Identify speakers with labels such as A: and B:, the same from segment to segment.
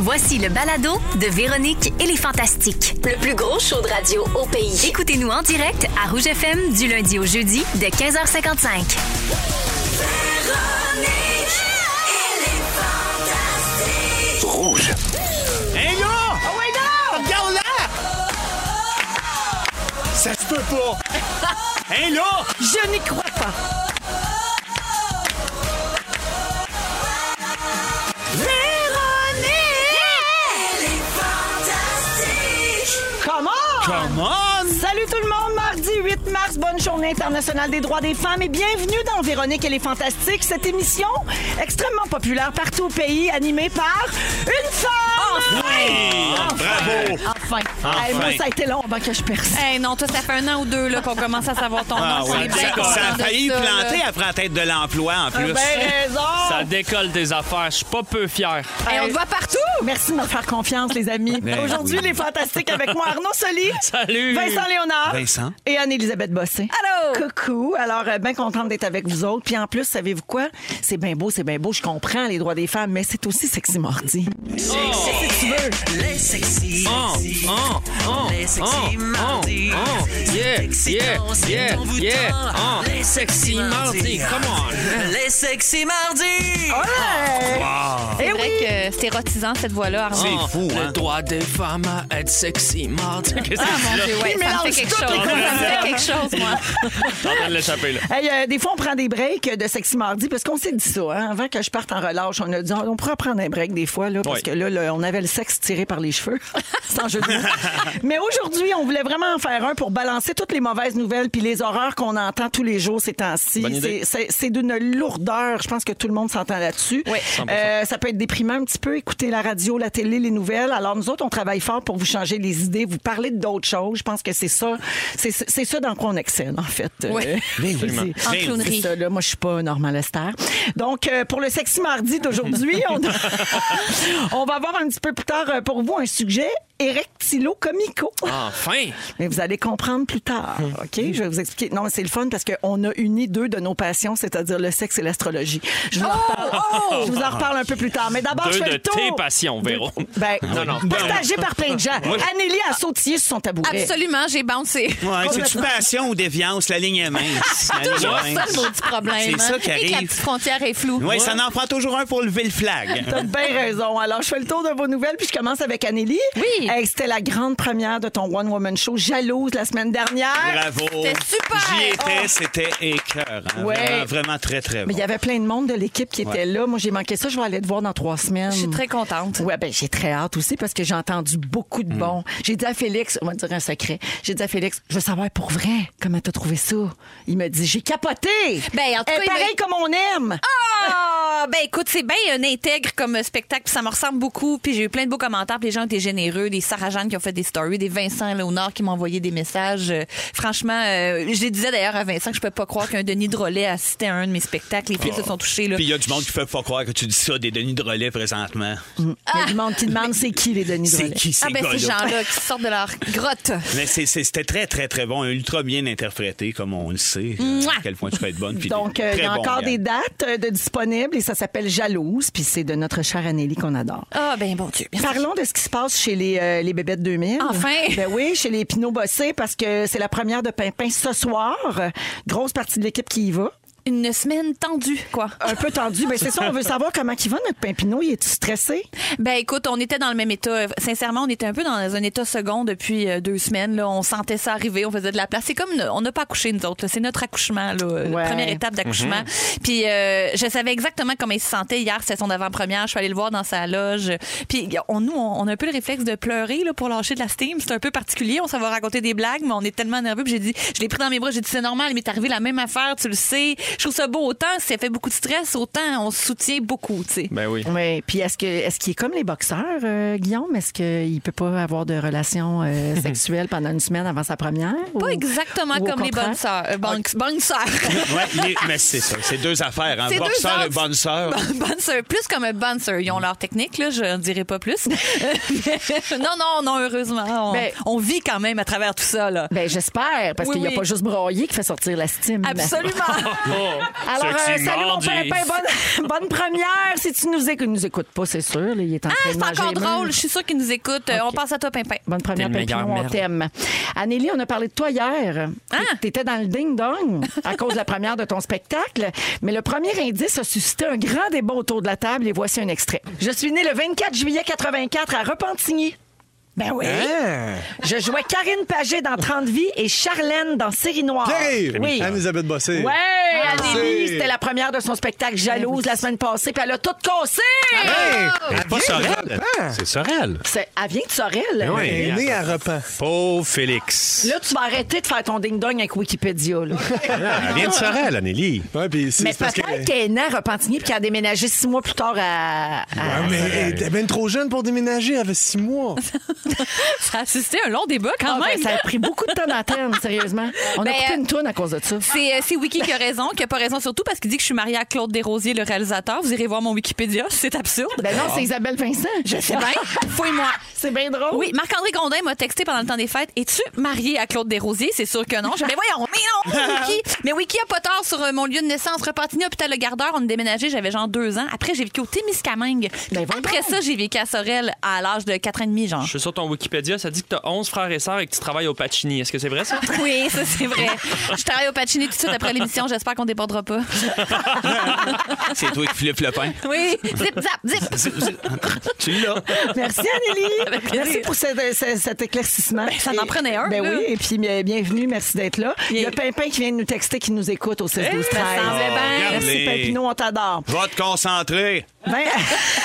A: Voici le balado de Véronique et les Fantastiques.
B: Le plus gros show de radio au pays.
A: Écoutez-nous en direct à Rouge FM du lundi au jeudi de 15h55.
C: Rouge.
D: Hey yo!
E: Oh,
D: Ah ouais, non! Regarde là! Ça se peut pas! Hey là!
F: Je n'y crois pas. Come on!
D: Come on!
F: Salut tout le monde, mardi 8 mars, bonne journée internationale des droits des femmes et bienvenue dans Véronique et les Fantastiques, cette émission extrêmement populaire partout au pays, animée par une femme!
D: Oui! Ah, Bravo!
E: Enfin.
F: Hey, moi,
D: Enfin.
F: ça a été long avant que je perce.
E: Hey, non, toi, ça fait un an ou deux là, qu'on commence à savoir ton
D: Ah
E: nom.
D: ouais,
E: C'est bien
D: ça, ça a
E: content de
D: failli
E: ça,
D: planter
E: là. Ah,
D: après la tête de l'emploi en plus.
F: Ben raison!
G: Ça Ah, décolle des affaires. Je suis pas peu fier.
E: Hey, on te voit partout!
F: Merci de me faire confiance, les amis.
D: Ben
F: Aujourd'hui,
D: oui.
F: les Fantastiques avec moi, Arnaud Soli.
G: Salut!
F: Vincent Léonard.
D: Vincent.
F: Et Anne-Élisabeth Bossé.
E: Allô!
F: Coucou. Alors, euh, bien contente d'être avec vous autres. Puis en plus, savez-vous quoi? C'est bien beau, c'est bien beau. Je comprends les droits des femmes, mais c'est aussi sexy mardi.
G: Oh, oh, oh, oh, oh, oh, yeah, yeah, yeah, yeah, oh, sexy mardi, come on!
H: Les sexy mardis!
G: Ah,
F: Ouais!
E: C'est vrai que c'est érotisant, cette voix-là, Arnaud.
D: C'est
G: Oh,
D: fou,
G: Le
D: hein?
G: droit des femmes à être sexy mardi. Qu'est-ce
E: Ah, mon Dieu, ouais,
F: Il
E: ça me
F: mélange
E: fait quelque
F: toutes
E: chose. Ça
F: les
E: me fait quelque chose, moi.
G: que t'es en train de l'échapper, là?
F: Hey, euh, des fois, on prend des breaks de Sexy Mardi parce qu'on s'est dit ça. hein. Avant que je parte en relâche, on a dit on pourrait prendre un break des fois là, parce
G: Ouais.
F: que là, le- on avait le sexe tiré par les cheveux. C'est en jeu de mots. Mais aujourd'hui, on voulait vraiment en faire un pour balancer toutes les mauvaises nouvelles puis les horreurs qu'on entend tous les jours ces temps-ci.
G: Bonne idée.
F: C'est- C'est c'est d'une lourdeur. Je pense que tout le monde s'entend là-dessus.
E: Oui.
F: Euh, ça peut être déprimant un petit peu, écouter la radio, la télé, les nouvelles. Alors, nous autres, on travaille fort pour vous changer les idées, vous parler d'autres choses. Je pense que c'est ça. C'est c'est ça dans quoi on excelle, en fait.
E: Oui.
F: Euh,
D: absolument.
F: c'est-
E: En
D: Vince.
F: c'est
E: clownerie.
F: ça, là. Moi, je suis pas Normand Lester. Donc, euh, pour le sexy mardi d'aujourd'hui, on, on va avoir un petit peu plus tard euh, pour vous un sujet érectilo-comico.
G: Ah. Enfin!
F: Mais vous allez comprendre plus tard,
G: Hum.
F: OK? Je vais vous expliquer. Non, mais c'est le fun parce qu'on a uni deux de nos passions, c'est-à-dire le sexe et l'astrologie. Je vous, en reparle, je vous en reparle un peu plus tard. Mais d'abord, je
G: Oh! Deux
F: fais
G: de
F: le tour.
G: tes passions, Véro.
F: Ben,
G: Non, non.
F: partagé par plein de gens. Anélie a sautillé sur son tabouret.
E: Absolument, j'ai bouncé.
D: Ouais, c'est-tu passion ou déviance? La ligne est mince. La ligne
E: Toujours ça,
D: est mince.
E: le maudit problème.
D: C'est ça
E: hein.
D: qui
E: Et que la
D: arrive.
E: petite frontière est floue.
D: Oui, ça en prend toujours un pour lever le flag.
F: T'as bien Ben raison. Alors, je fais le tour de vos nouvelles, puis je commence avec Anélie.
E: Oui.
F: Hey, C'était la grande première de ton One Woman Show, Jalouse, la semaine dernière.
D: Bravo.
E: C'était super.
D: J'y étais,
E: Oh.
D: c'était écœurant.
F: Ouais.
D: Vraiment, vraiment très, très bon.
F: Mais il y avait plein de monde de l'équipe qui était là. Moi, j'ai manqué ça. Je vais aller te voir dans trois semaines.
E: Je suis très contente.
F: Ouais, ben j'ai très hâte aussi parce que j'ai entendu beaucoup
D: Hmm.
F: de bons. J'ai dit à Félix, on va te dire un secret. J'ai dit à Félix, je veux savoir pour vrai comment t'as trouvé ça. Il m'a dit, j'ai capoté.
E: Ben, en tout
F: Elle
E: cas,
F: est
E: il
F: pareil
E: m'a-
F: comme on aime.
E: Ah! Ben écoute, c'est bien un intègre comme spectacle, puis ça me ressemble beaucoup. Puis j'ai eu plein de beaux commentaires, puis les gens étaient généreux, des Sarah Jeanne qui ont fait des stories, des Vincent Léonard qui m'ont envoyé des messages. Euh, franchement, euh, je disais d'ailleurs à Vincent que je peux pas croire qu'un Denis Drolet a assisté à un de mes spectacles. Les filles se sont touchées là.
D: Ah. Puis il y a du monde qui fait pas croire que tu dis ça des Denis de relais présentement.
F: Il y a du monde qui demande, c'est qui les Denis
D: C'est
F: Drolet?
D: qui ces
E: Ah ben ces
D: gars-là?
E: gens-là qui sortent de leur grotte.
D: Mais c'est- c'est- c'était très, très, très bon. Ultra bien interprété, comme on le sait. euh,
E: Mouah!
D: À quel point tu peux être bonne. puis
F: Donc, euh,
D: très
F: il y a
D: bon
F: encore
D: gag.
F: des dates euh, de disponibles et ça s'appelle Jalouse, puis c'est de notre chère Anélie qu'on adore.
E: Ah ben bon Dieu. merci.
F: Parlons de ce qui se passe chez les, euh, les bébêtes 2000.
E: Enfin!
F: Ben oui, chez les Pinot Bossé, parce que c'est la première de Pimpin ce soir. Euh, Grosse partie de l'équipe qui y va.
E: Une semaine tendue quoi.
F: Un peu tendu. Ben c'est ça, on veut savoir comment il va, notre Pimpinot. Il est-tu stressé?
E: Ben écoute, on était dans le même état. Euh, Sincèrement, on était un peu dans un état second depuis euh, deux semaines. Là. On sentait ça arriver, on faisait de la place. C'est comme ne- on n'a pas accouché nous autres. là. C'est notre accouchement, là, euh,
F: Ouais.
E: première étape d'accouchement. Puis euh, je savais exactement comment il se sentait hier. C'était son avant-première. Je suis allée le voir dans sa loge. Puis on, nous, on, on a un peu le réflexe de pleurer là, pour lâcher de la steam. C'est un peu particulier. On s'en va raconter des blagues, mais on est tellement nerveux. Puis j'ai dit, je l'ai pris dans mes bras. J'ai dit c'est normal, mais t'es arrivé la même affaire. Tu le sais. Je trouve ça beau autant. Ça fait beaucoup de stress, autant on se soutient beaucoup. Tu sais.
G: Ben oui.
F: Oui. Puis est-ce que est-ce qu'il est comme les boxeurs, euh, Guillaume? Est-ce qu'il peut pas avoir de relations euh, sexuelles pendant une semaine avant sa première?
E: Pas exactement comme les bonnes sœurs. Euh, bonnes- bonnes sœurs.
D: Ouais, les- mais c'est ça. C'est deux affaires. Hein.
E: C'est deux
D: Boxeur et
E: ordres.
D: bonne sœur.
E: Bonnes sœurs. Plus comme un bonne sœur. Ils ont leur technique, là, je ne dirai pas plus. Mais- non, non, non, heureusement. On,
F: Ben-
E: on vit quand même à travers tout ça. Là.
F: Ben j'espère, parce
E: Oui,
F: qu'il n'y a
E: oui.
F: pas juste Broyer qui fait sortir la stime.
E: Absolument.
F: Alors,
G: Sexy
F: euh, salut mon
G: mardi.
F: pimpin, bonne, bonne première. Si tu nous écoutes, il nous écoute pas, c'est sûr. là, il est en
E: Ah,
F: train de
E: c'est encore
F: manger les murs.
E: drôle. Je suis sûre qu'ils nous écoutent. Euh, On passe à toi, Pimpin.
F: Bonne première,
G: T'es le meilleur,
F: Pimpin, on
G: merde.
F: t'aime. Anélie, on a parlé de toi hier.
E: Ah!
F: T'étais dans le ding-dong à cause de la première de ton spectacle, mais le premier indice a suscité un grand débat autour de la table et voici un extrait. Je suis née le 24 juillet 84 à Repentigny. Ben oui.
I: Ah!
F: Je jouais Karine Pagé dans 30 vies et Charlène dans Série Noire.
I: Pierre-Yves!
F: Oui.
I: Anne-Elisabeth Bossé. Ah!
F: Ouais, Anélie,
I: c'est-
F: c'était la première de son spectacle Jalouse la semaine passée, puis elle a tout cassé.
I: Hey!
D: C'est Ah, pas Sorel. C'est Sorel.
F: C'est- Elle vient de Sorel.
I: Elle est née à Repent.
J: Pauvre Félix.
F: Là, tu vas arrêter de faire ton ding-dong avec Wikipédia. là.
J: Elle vient de Sorel, Anélie.
I: Ouais, puis c'est
F: Mais
I: c'est parce
F: peut-être
I: que.
F: qu'elle est née à Repentigny puis qu'elle a déménagé six mois plus tard à. à-
E: Ah,
I: Ouais, Ah, mais elle était bien trop jeune pour déménager, elle avait six mois.
E: Ça a assisté à un long débat
F: Ah,
E: quand
F: ben,
E: même.
F: ça a pris beaucoup de temps d'antenne, sérieusement. On a
E: Ben,
F: coupé
E: euh,
F: une toune à cause de ça.
E: C'est, euh, c'est Wiki qui a raison, qui a pas raison surtout parce qu'il dit que je suis mariée à Claude Desrosiers, le réalisateur. Vous irez voir mon Wikipédia, c'est absurde.
F: Ben non, c'est Isabelle Vincent. Je
E: C'est bien, fouille-moi.
F: C'est bien drôle.
E: Oui, Marc-André Gondin m'a texté pendant le temps des fêtes. Es-tu mariée à Claude Desrosiers? C'est sûr que non. Je dis, mais voyons, mais non, Wiki. Mais Wiki a pas tort sur euh, mon lieu de naissance, Repentigny, hôpital Le Gardeur. On a déménagé, j'avais genre deux ans. Après, j'ai vécu au Témiscamingue.
F: Ben, voyons
E: Après
F: donc.
E: ça, j'ai vécu à Sorel à l'âge de 4 ans et demi, genre.
G: Je suis sur ton Wikipédia, ça dit que t'as 11 frères et sœurs et que tu travailles au Pacini. Est-ce que c'est vrai, ça?
E: Oui, ça c'est vrai. Je travaille au Pacini tout de suite après l'émission. J'espère qu'on débordera pas.
D: C'est toi qui flippes le pain.
E: Oui, zip, zap, zip.
D: Tu l'as.
F: Merci, Anélie. Merci pour cet, euh, cet- cet éclaircissement.
E: ça en
F: Et-
E: prenait un,
F: Ben
E: là.
F: oui, et puis bien- bienvenue, merci d'être là. Il y a
E: Bien-
F: Pimpin qui vient de nous texter, qui nous écoute au 16 12 13
E: ça semblait bien.
F: Merci,
D: Regardez.
F: Pimpinot, on t'adore.
D: Ah, Va te concentrer,
F: Vin-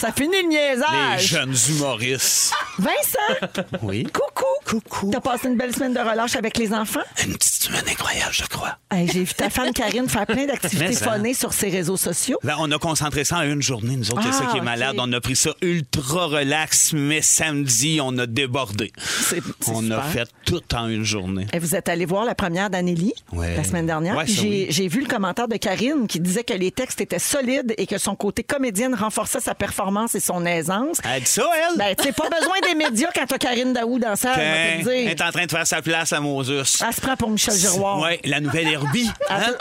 F: ça finit le
E: Ah,
D: les
F: niaisage.
D: jeunes humoristes.
F: Vincent,
D: Oui.
F: coucou. Coucou. T'as passé une belle semaine de relâche avec les enfants?
D: Une petite semaine incroyable, je crois.
F: Hey, J'ai vu ta fan Karine faire plein d'activités
D: Mais ça.
F: phonées sur ses réseaux sociaux.
D: Ben, on a concentré ça en une journée, nous autres. c'est ça
F: Ah,
D: qui est
F: ok.
D: malade. On a pris ça ultra relax, mais samedi, on a débordé.
F: C'est- c'est
D: On a
F: super.
D: fait tout en une journée.
F: Et vous êtes allé voir la première d'Anélie
D: Ouais.
F: la semaine dernière.
D: Ouais,
F: Puis
D: ça,
F: J'ai
D: oui.
F: j'ai vu le commentaire de Karine qui disait que les textes étaient solides et que son côté comédienne renforçait sa performance et son aisance.
D: Elle dit ça, elle?
F: Ben, tu sais, pas besoin des médias quand t'as Karine Daou dans ça,
D: Quand
F: je
D: elle
F: vais te
D: est
F: le dire.
D: en train de faire sa place à Mosus.
F: Elle se prend pour Michel Giroir. Ah,
D: Oui, la nouvelle Herbie. hein?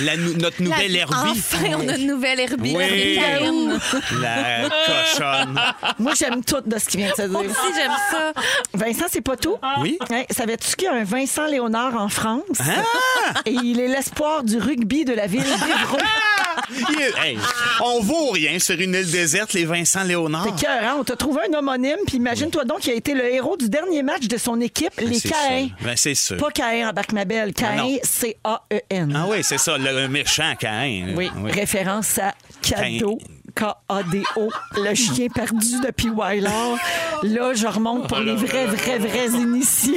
D: La nou- notre nouvelle Herbie.
E: Enfin, on a une nouvelle Herbie.
D: Oui.
E: Herbie Karine.
D: La cochonne.
F: Moi, j'aime tout de ce qui vient de se
E: Moi
F: dire.
E: aussi, j'aime ça.
F: Vincent, c'est pas tout.
D: Oui.
F: Hein, Savais-tu qu'il y a un Vincent Léonard en France?
D: Ah!
F: Et il est l'espoir du rugby de la ville d'Évreux.
D: Il est- hey, on vaut rien sur une île déserte, les Vincent Léonard.
F: T'es cœur, hein? On t'a trouvé un homonyme, puis imagine-toi donc qu'il a été le héros du dernier match de son équipe, les
D: Ah, C'est
F: Caïns.
D: sûr. Ben, c'est sûr.
F: Pas Caïn en bac ma belle.
D: Ah,
F: Caïn,
D: non.
F: C-A-E-N.
D: Ah oui, c'est ça, le méchant Caïn.
F: E oui. référence à cadeau. K-A-D-O, le chien perdu de P. Wyler. Là, je remonte
D: Ah,
F: pour les vrais, vrais, vrais initiés.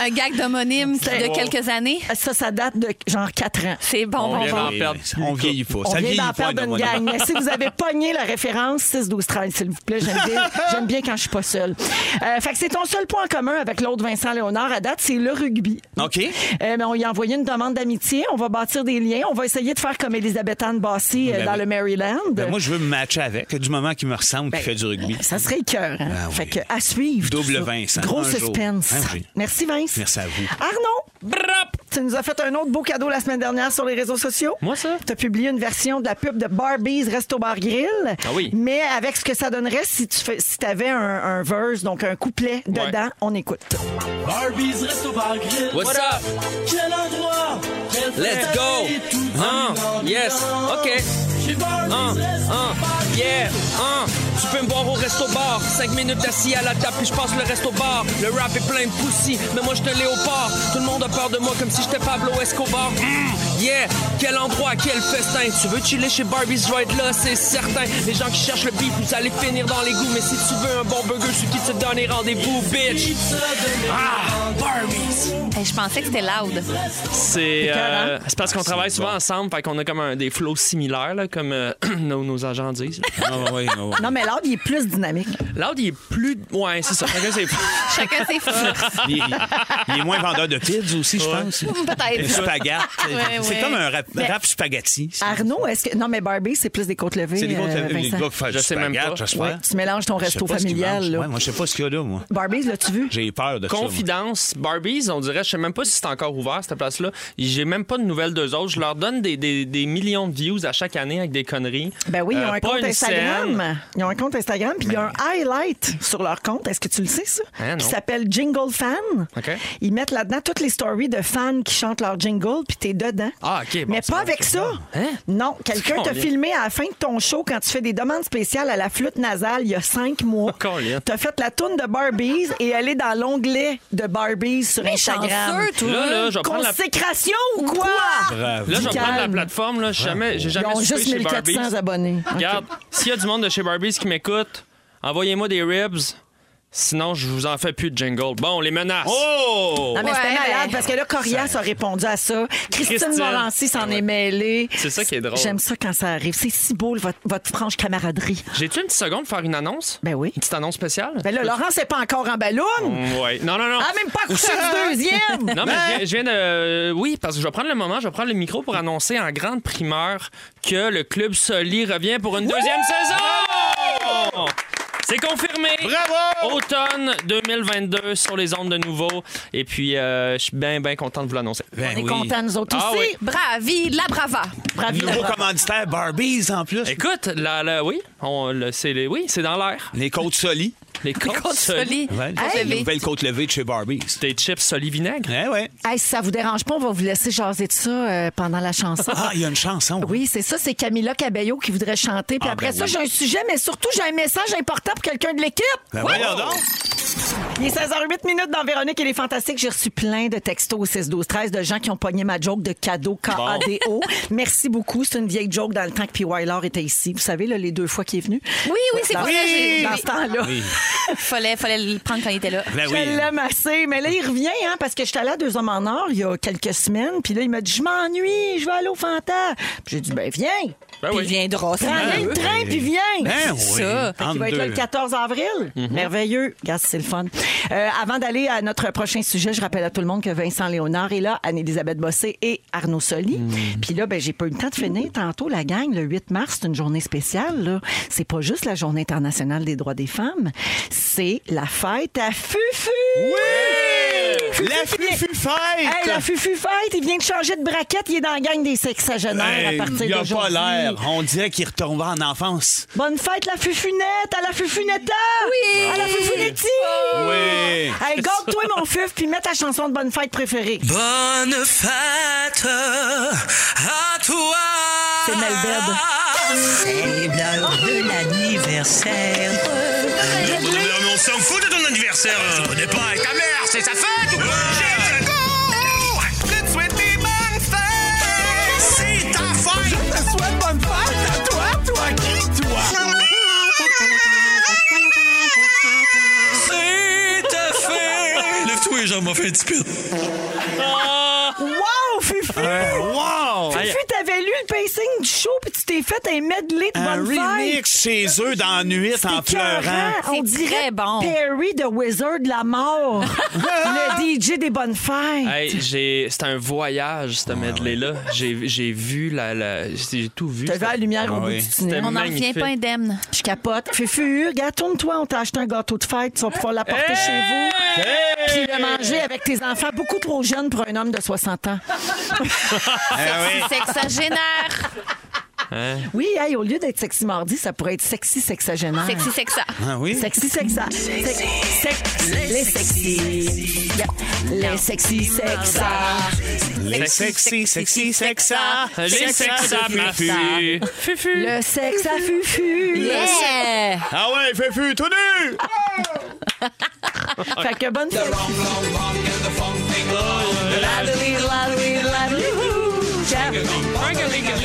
E: Un gag d'homonyme qui- de quelques années.
F: Ça, ça date de genre 4 ans.
E: C'est bon, bon,
G: vient
E: bon.
G: d'en perdre.
D: On vieillit pas.
F: On
D: ça
F: vient
D: vieillit
F: d'en
D: pas,
F: perdre
D: non,
F: une
D: non.
F: gang. Mais si vous avez pogné la référence, 6, 12, 13, s'il vous plaît. J'aime bien, j'aime bien quand je suis pas seule. Euh, fait que c'est ton seul point en commun avec l'autre Vincent Léonard à date, c'est le rugby.
D: OK.
F: Euh, mais on lui a envoyé une demande d'amitié. On va bâtir des liens. On va essayer de faire comme Elisabeth Anne Bossy euh,
D: Ben
F: dans
D: oui.
F: le Maryland.
D: Ben, moi, je veux me matcher avec, du moment qu'il me ressemble, qu'il fait du rugby.
F: Ben, ça serait cœur. Hein?
D: Ah oui.
F: Fait que à suivre. tout
D: Double
F: ça.
D: Vincent,
F: Gros
D: un jour.
F: suspense.
D: Ah oui.
F: Merci Vince.
D: Merci à vous.
F: Arnaud, tu nous as fait un autre beau cadeau la semaine dernière sur les réseaux sociaux.
G: Moi, ça?
F: Tu as publié une version de la pub de Barbies Resto Bar Grill.
G: Ah oui.
F: Mais avec ce que ça donnerait si tu fais, si avais un, un verse, donc un couplet dedans, on écoute.
K: Barbies Resto Bar Grill.
G: What's up?
K: Quel endroit? Quel
G: Let's go!
K: pays, tout
G: Ah,
K: un
G: yes,
K: ambiance.
G: ok.
K: Chez Barbies
G: Un,
K: Resto
G: un,
K: Bar Grill.
G: yeah, un. Tu peux me boire au resto-bar. 5 minutes d'assis à la table, puis je passe le resto-bar. Le rap est plein de poussi, mais moi je te léopard. Tout le monde a peur de moi comme si j'étais Pablo Escobar. Mm, yeah, quel endroit, quel festin. Tu veux chiller chez Barbies Right là, c'est certain. Les gens qui cherchent le beat, vous allez finir dans les goûts. Mais si tu veux un bon burger, tu qui te donner rendez-vous, bitch.
K: Pizza de
G: Ah, Barbies.
E: Hey, je pensais que c'était loud.
G: C'est
F: Écœurant.
G: euh, c'est
L: Ah,
G: parce qu'on travaille souvent ensemble, fait qu'on a comme un- des flows similaires, là, comme euh, nos, nos agents disent.
D: Ah, oui, oui.
F: Non, mais l'ordre, il est plus dynamique.
G: Loud, il est plus. Ouais, c'est ça. Chacun ses-
E: Chacun ses forces.
D: Il, il est moins vendeur de pizzas aussi, je pense.
E: Peut-être.
D: Spaghetti.
E: Ouais,
D: c'est
E: ouais.
D: comme un rap,
F: Mais-
D: rap spaghetti.
F: Arnaud, est-ce que. Non, mais Barbie, c'est plus des côtes levées.
D: C'est des gros
F: euh,
D: les
F: Vincent.
D: gars qui font
G: Je
D: du
G: sais même
D: spaghette,
G: pas.
D: j'espère.
F: Ouais, tu mélanges ton
D: Je sais
F: resto
D: pas ce qu'ils
F: familial.
D: mangent.
F: là.
D: Ouais, moi, je sais pas ce qu'il y a là, moi.
F: Barbies, l'as-tu vu?
D: J'ai peur de ça. moi.
G: Confidence, Barbies, on dirait,
L: Je sais même pas si c'est encore ouvert, cette place-là. J'ai même pas de nouvelles d'eux autres. Je leur donne des, des- des millions de views à chaque année avec des conneries.
F: Ben oui, ils
L: Euh,
F: ont un
L: pas
F: compte
L: une
F: Instagram.
L: scène.
F: Ils ont un compte Instagram, puis il y a un highlight sur leur compte. Est-ce que tu le sais, ça?
L: Hein, non.
F: qui s'appelle Jingle Fan.
L: OK.
F: Ils mettent là-dedans toutes les stories de fans qui chantent leur jingle, puis t'es dedans.
L: Ah, OK. bon,
F: Mais
L: c'est
F: pas
L: bon.
F: avec ça. Non, quelqu'un t'a
L: Hein? Colin.
F: filmé à la fin de ton show quand tu fais des demandes spéciales à la flûte nasale il y a cinq mois.
L: Colin.
F: T'as fait la tourne de Barbies et elle est dans l'onglet de Barbies sur Instagram.
E: chanceux, toi.
L: Là, là, je vais prendre la-
F: Consécration ou quoi?
D: Bravo.
L: Là, je vais
F: Du
L: prendre la
F: calme.
L: plateforme. Là. J'ai jamais, j'ai jamais
F: Ils ont
L: soupé
F: juste
L: chez Barbies.
F: 1400 abonnés. OK.
L: Regarde, s'il y a du monde de chez Barbies qui m'écoute, envoyez-moi des ribs. Sinon, je vous en fais plus de jingle. Bon, les menaces.
D: Oh!
F: Non, Ah, mais
E: Ouais,
F: c'était
E: ben-
F: malade parce que là, Corias a répondu à ça. Christine,
L: Christine.
F: Morancy s'en est mêlée.
L: C'est ça qui est drôle.
F: J'aime ça quand ça arrive. C'est si beau, le- votre, votre franche camaraderie.
L: J'ai-tu une petite seconde pour faire une annonce?
F: Ben oui.
L: Une petite annonce spéciale?
F: Ben là, Laurence n'est pas encore en ballon.
L: Ouais. Non, non, non.
F: Ah, même pas couché du deuxième. Ben-
L: Non, mais je viens, je viens de. Oui, parce que je vais prendre le moment, je vais prendre le micro pour annoncer en grande primeur que le club Soli revient pour une deuxième saison! C'est confirmé!
M: Bravo!
L: Automne 2022 sur les ondes de nouveau. Et puis, euh, je suis bien, bien content de vous l'annoncer.
D: Ben
F: On est
D: oui.
F: contents, nous autres
L: Ah
F: aussi.
L: oui.
E: Bravi, la brava.
F: Bravi.
D: Nouveau commanditaire Barbies en plus.
L: Écoute, là, là, oui, on le- c'est les- oui, c'est dans l'air.
D: Les côtes solides.
L: Les côtes
E: Soli.
L: Soli.
D: Ouais, ben-
E: Côte levée.
D: Nouvelle côte levée de chez Barbies.
L: Des chips Soli vinaigre.
D: Ouais, ouais.
F: Hey, si ça vous dérange pas, on va vous laisser jaser de ça euh, pendant la chanson.
D: Ah, il y a une chanson.
F: Oui, c'est ça, c'est Camila Cabello qui voudrait chanter. Puis
D: Ah,
F: après
D: ben
F: ça,
D: oui.
F: j'ai un sujet, mais surtout, j'ai un message important pour quelqu'un de l'équipe.
D: Ben
F: Ouais.
D: voyons donc.
F: Il est 16h08 minutes dans Véronique et les Fantastiques. J'ai reçu plein de textos au 6 12 13 de gens qui ont pogné ma joke de cadeau K-A-D-O. Merci beaucoup. C'est une vieille joke dans le temps que P.Y. Laure était ici. Vous savez, là, les deux fois qu'il est venu.
E: Oui, oui, c'est
F: Dans-
E: pour ça que j'ai-
F: Dans ce temps-là.
E: Fallait, fallait le prendre quand il était là.
D: Ben
F: Je
D: oui.
F: l'aime assez. Mais là, il revient, hein, parce que j'étais allée à Deux Hommes en Or il y a quelques semaines. Puis là, il m'a dit Je m'ennuie, je vais aller au Fanta. Puis j'ai dit Ben, viens.
L: Ben
E: Puis
L: oui.
E: il viendra. c'est
F: Prends
E: malheureux.
F: le train, puis viens.
D: Ah, Ben oui.
E: ça.
F: Fait qu'il va être là le 14 avril.
D: Mm-hmm.
F: Merveilleux. Regarde, c'est le fun. Euh, avant d'aller à notre prochain sujet, je rappelle à tout le monde que Vincent Léonard est là, Anne-Élisabeth Bossé et Arnaud Soli.
D: Mm.
F: Puis là, ben, j'ai pas eu le temps de finir. Tantôt, la gang, le 8 mars, c'est une journée spéciale. là. C'est pas juste la Journée internationale des droits des femmes, c'est la fête à Fufu!
D: Oui! La fufu
F: Hey, la
D: fête!
F: Fufu fête, il vient de changer de braquette, il est dans la gang des sexagénaires
D: Hey,
F: à partir
D: il a pas
F: d'aujourd'hui.
D: l'air. On dirait qu'il retombe en enfance.
F: Bonne fête, la fufunette, à la fufunetta! Oui! À la fufunetti!
E: Oh.
D: Oui.
F: Hey, garde-toi, mon fuf, puis mets ta chanson de bonne fête préférée.
N: Bonne fête à toi.
F: C'est Melbed.
N: C'est l'heure de l'anniversaire.
G: mais on s'en fout de ton anniversaire.
F: Ah,
G: Je connais pas. Ta mère, c'est sa fête ou quoi? J'ai le goût de te souhaiter bonne fête. C'est ta fête. Je te souhaite bonne fête à toi, toi qui, toi?
N: C'est ta fête. Lève-toi et j'en m'en fais un petit peu.
L: Ah!
F: Wow, fufu!
D: Wow!
F: Fufu, t'avais lu le pacing du show, puis tu t'es fait un medley de
D: Un
F: bonne fête.
D: remix chez eux dans la nuit en
F: C'est
D: pleurant.
F: écœurant.
E: C'est
F: On dirait
E: très bon.
F: Perry de Wizard de la mort. le DJ des bonnes fêtes.
L: Hey, j'ai, c'est un voyage, ce medley-là. J'ai, j'ai vu la, la- j'ai tout vu.
F: T'as vu la lumière au
D: Ah
F: bout
D: oui.
F: du tunnel.
E: On n'en revient
L: Magnifique.
E: pas indemne.
F: Je capote. Fufu, regarde, tourne-toi, on t'a acheté un gâteau de fête, tu vas pouvoir l'apporter chez vous. Puis le manger avec tes enfants, beaucoup trop jeune pour un homme de 60 ans.
D: Ah oui.
E: Sexagénaire.
F: Oui, hey, au lieu d'être sexy mardi, ça pourrait être sexy sexagénaire.
E: Sexy, sexa.
D: Ah oui?
F: Sexy sexa. Sex- sex- Les sexy. Yeah. Les sexy sexa.
D: Les sexy, sexy, sexa.
L: Les sexas, ma fille.
F: Le sexe à fufu.
E: Yeah.
D: Ah ouais, Fufu, tout nu! Ah.
F: Fait que bonne fête.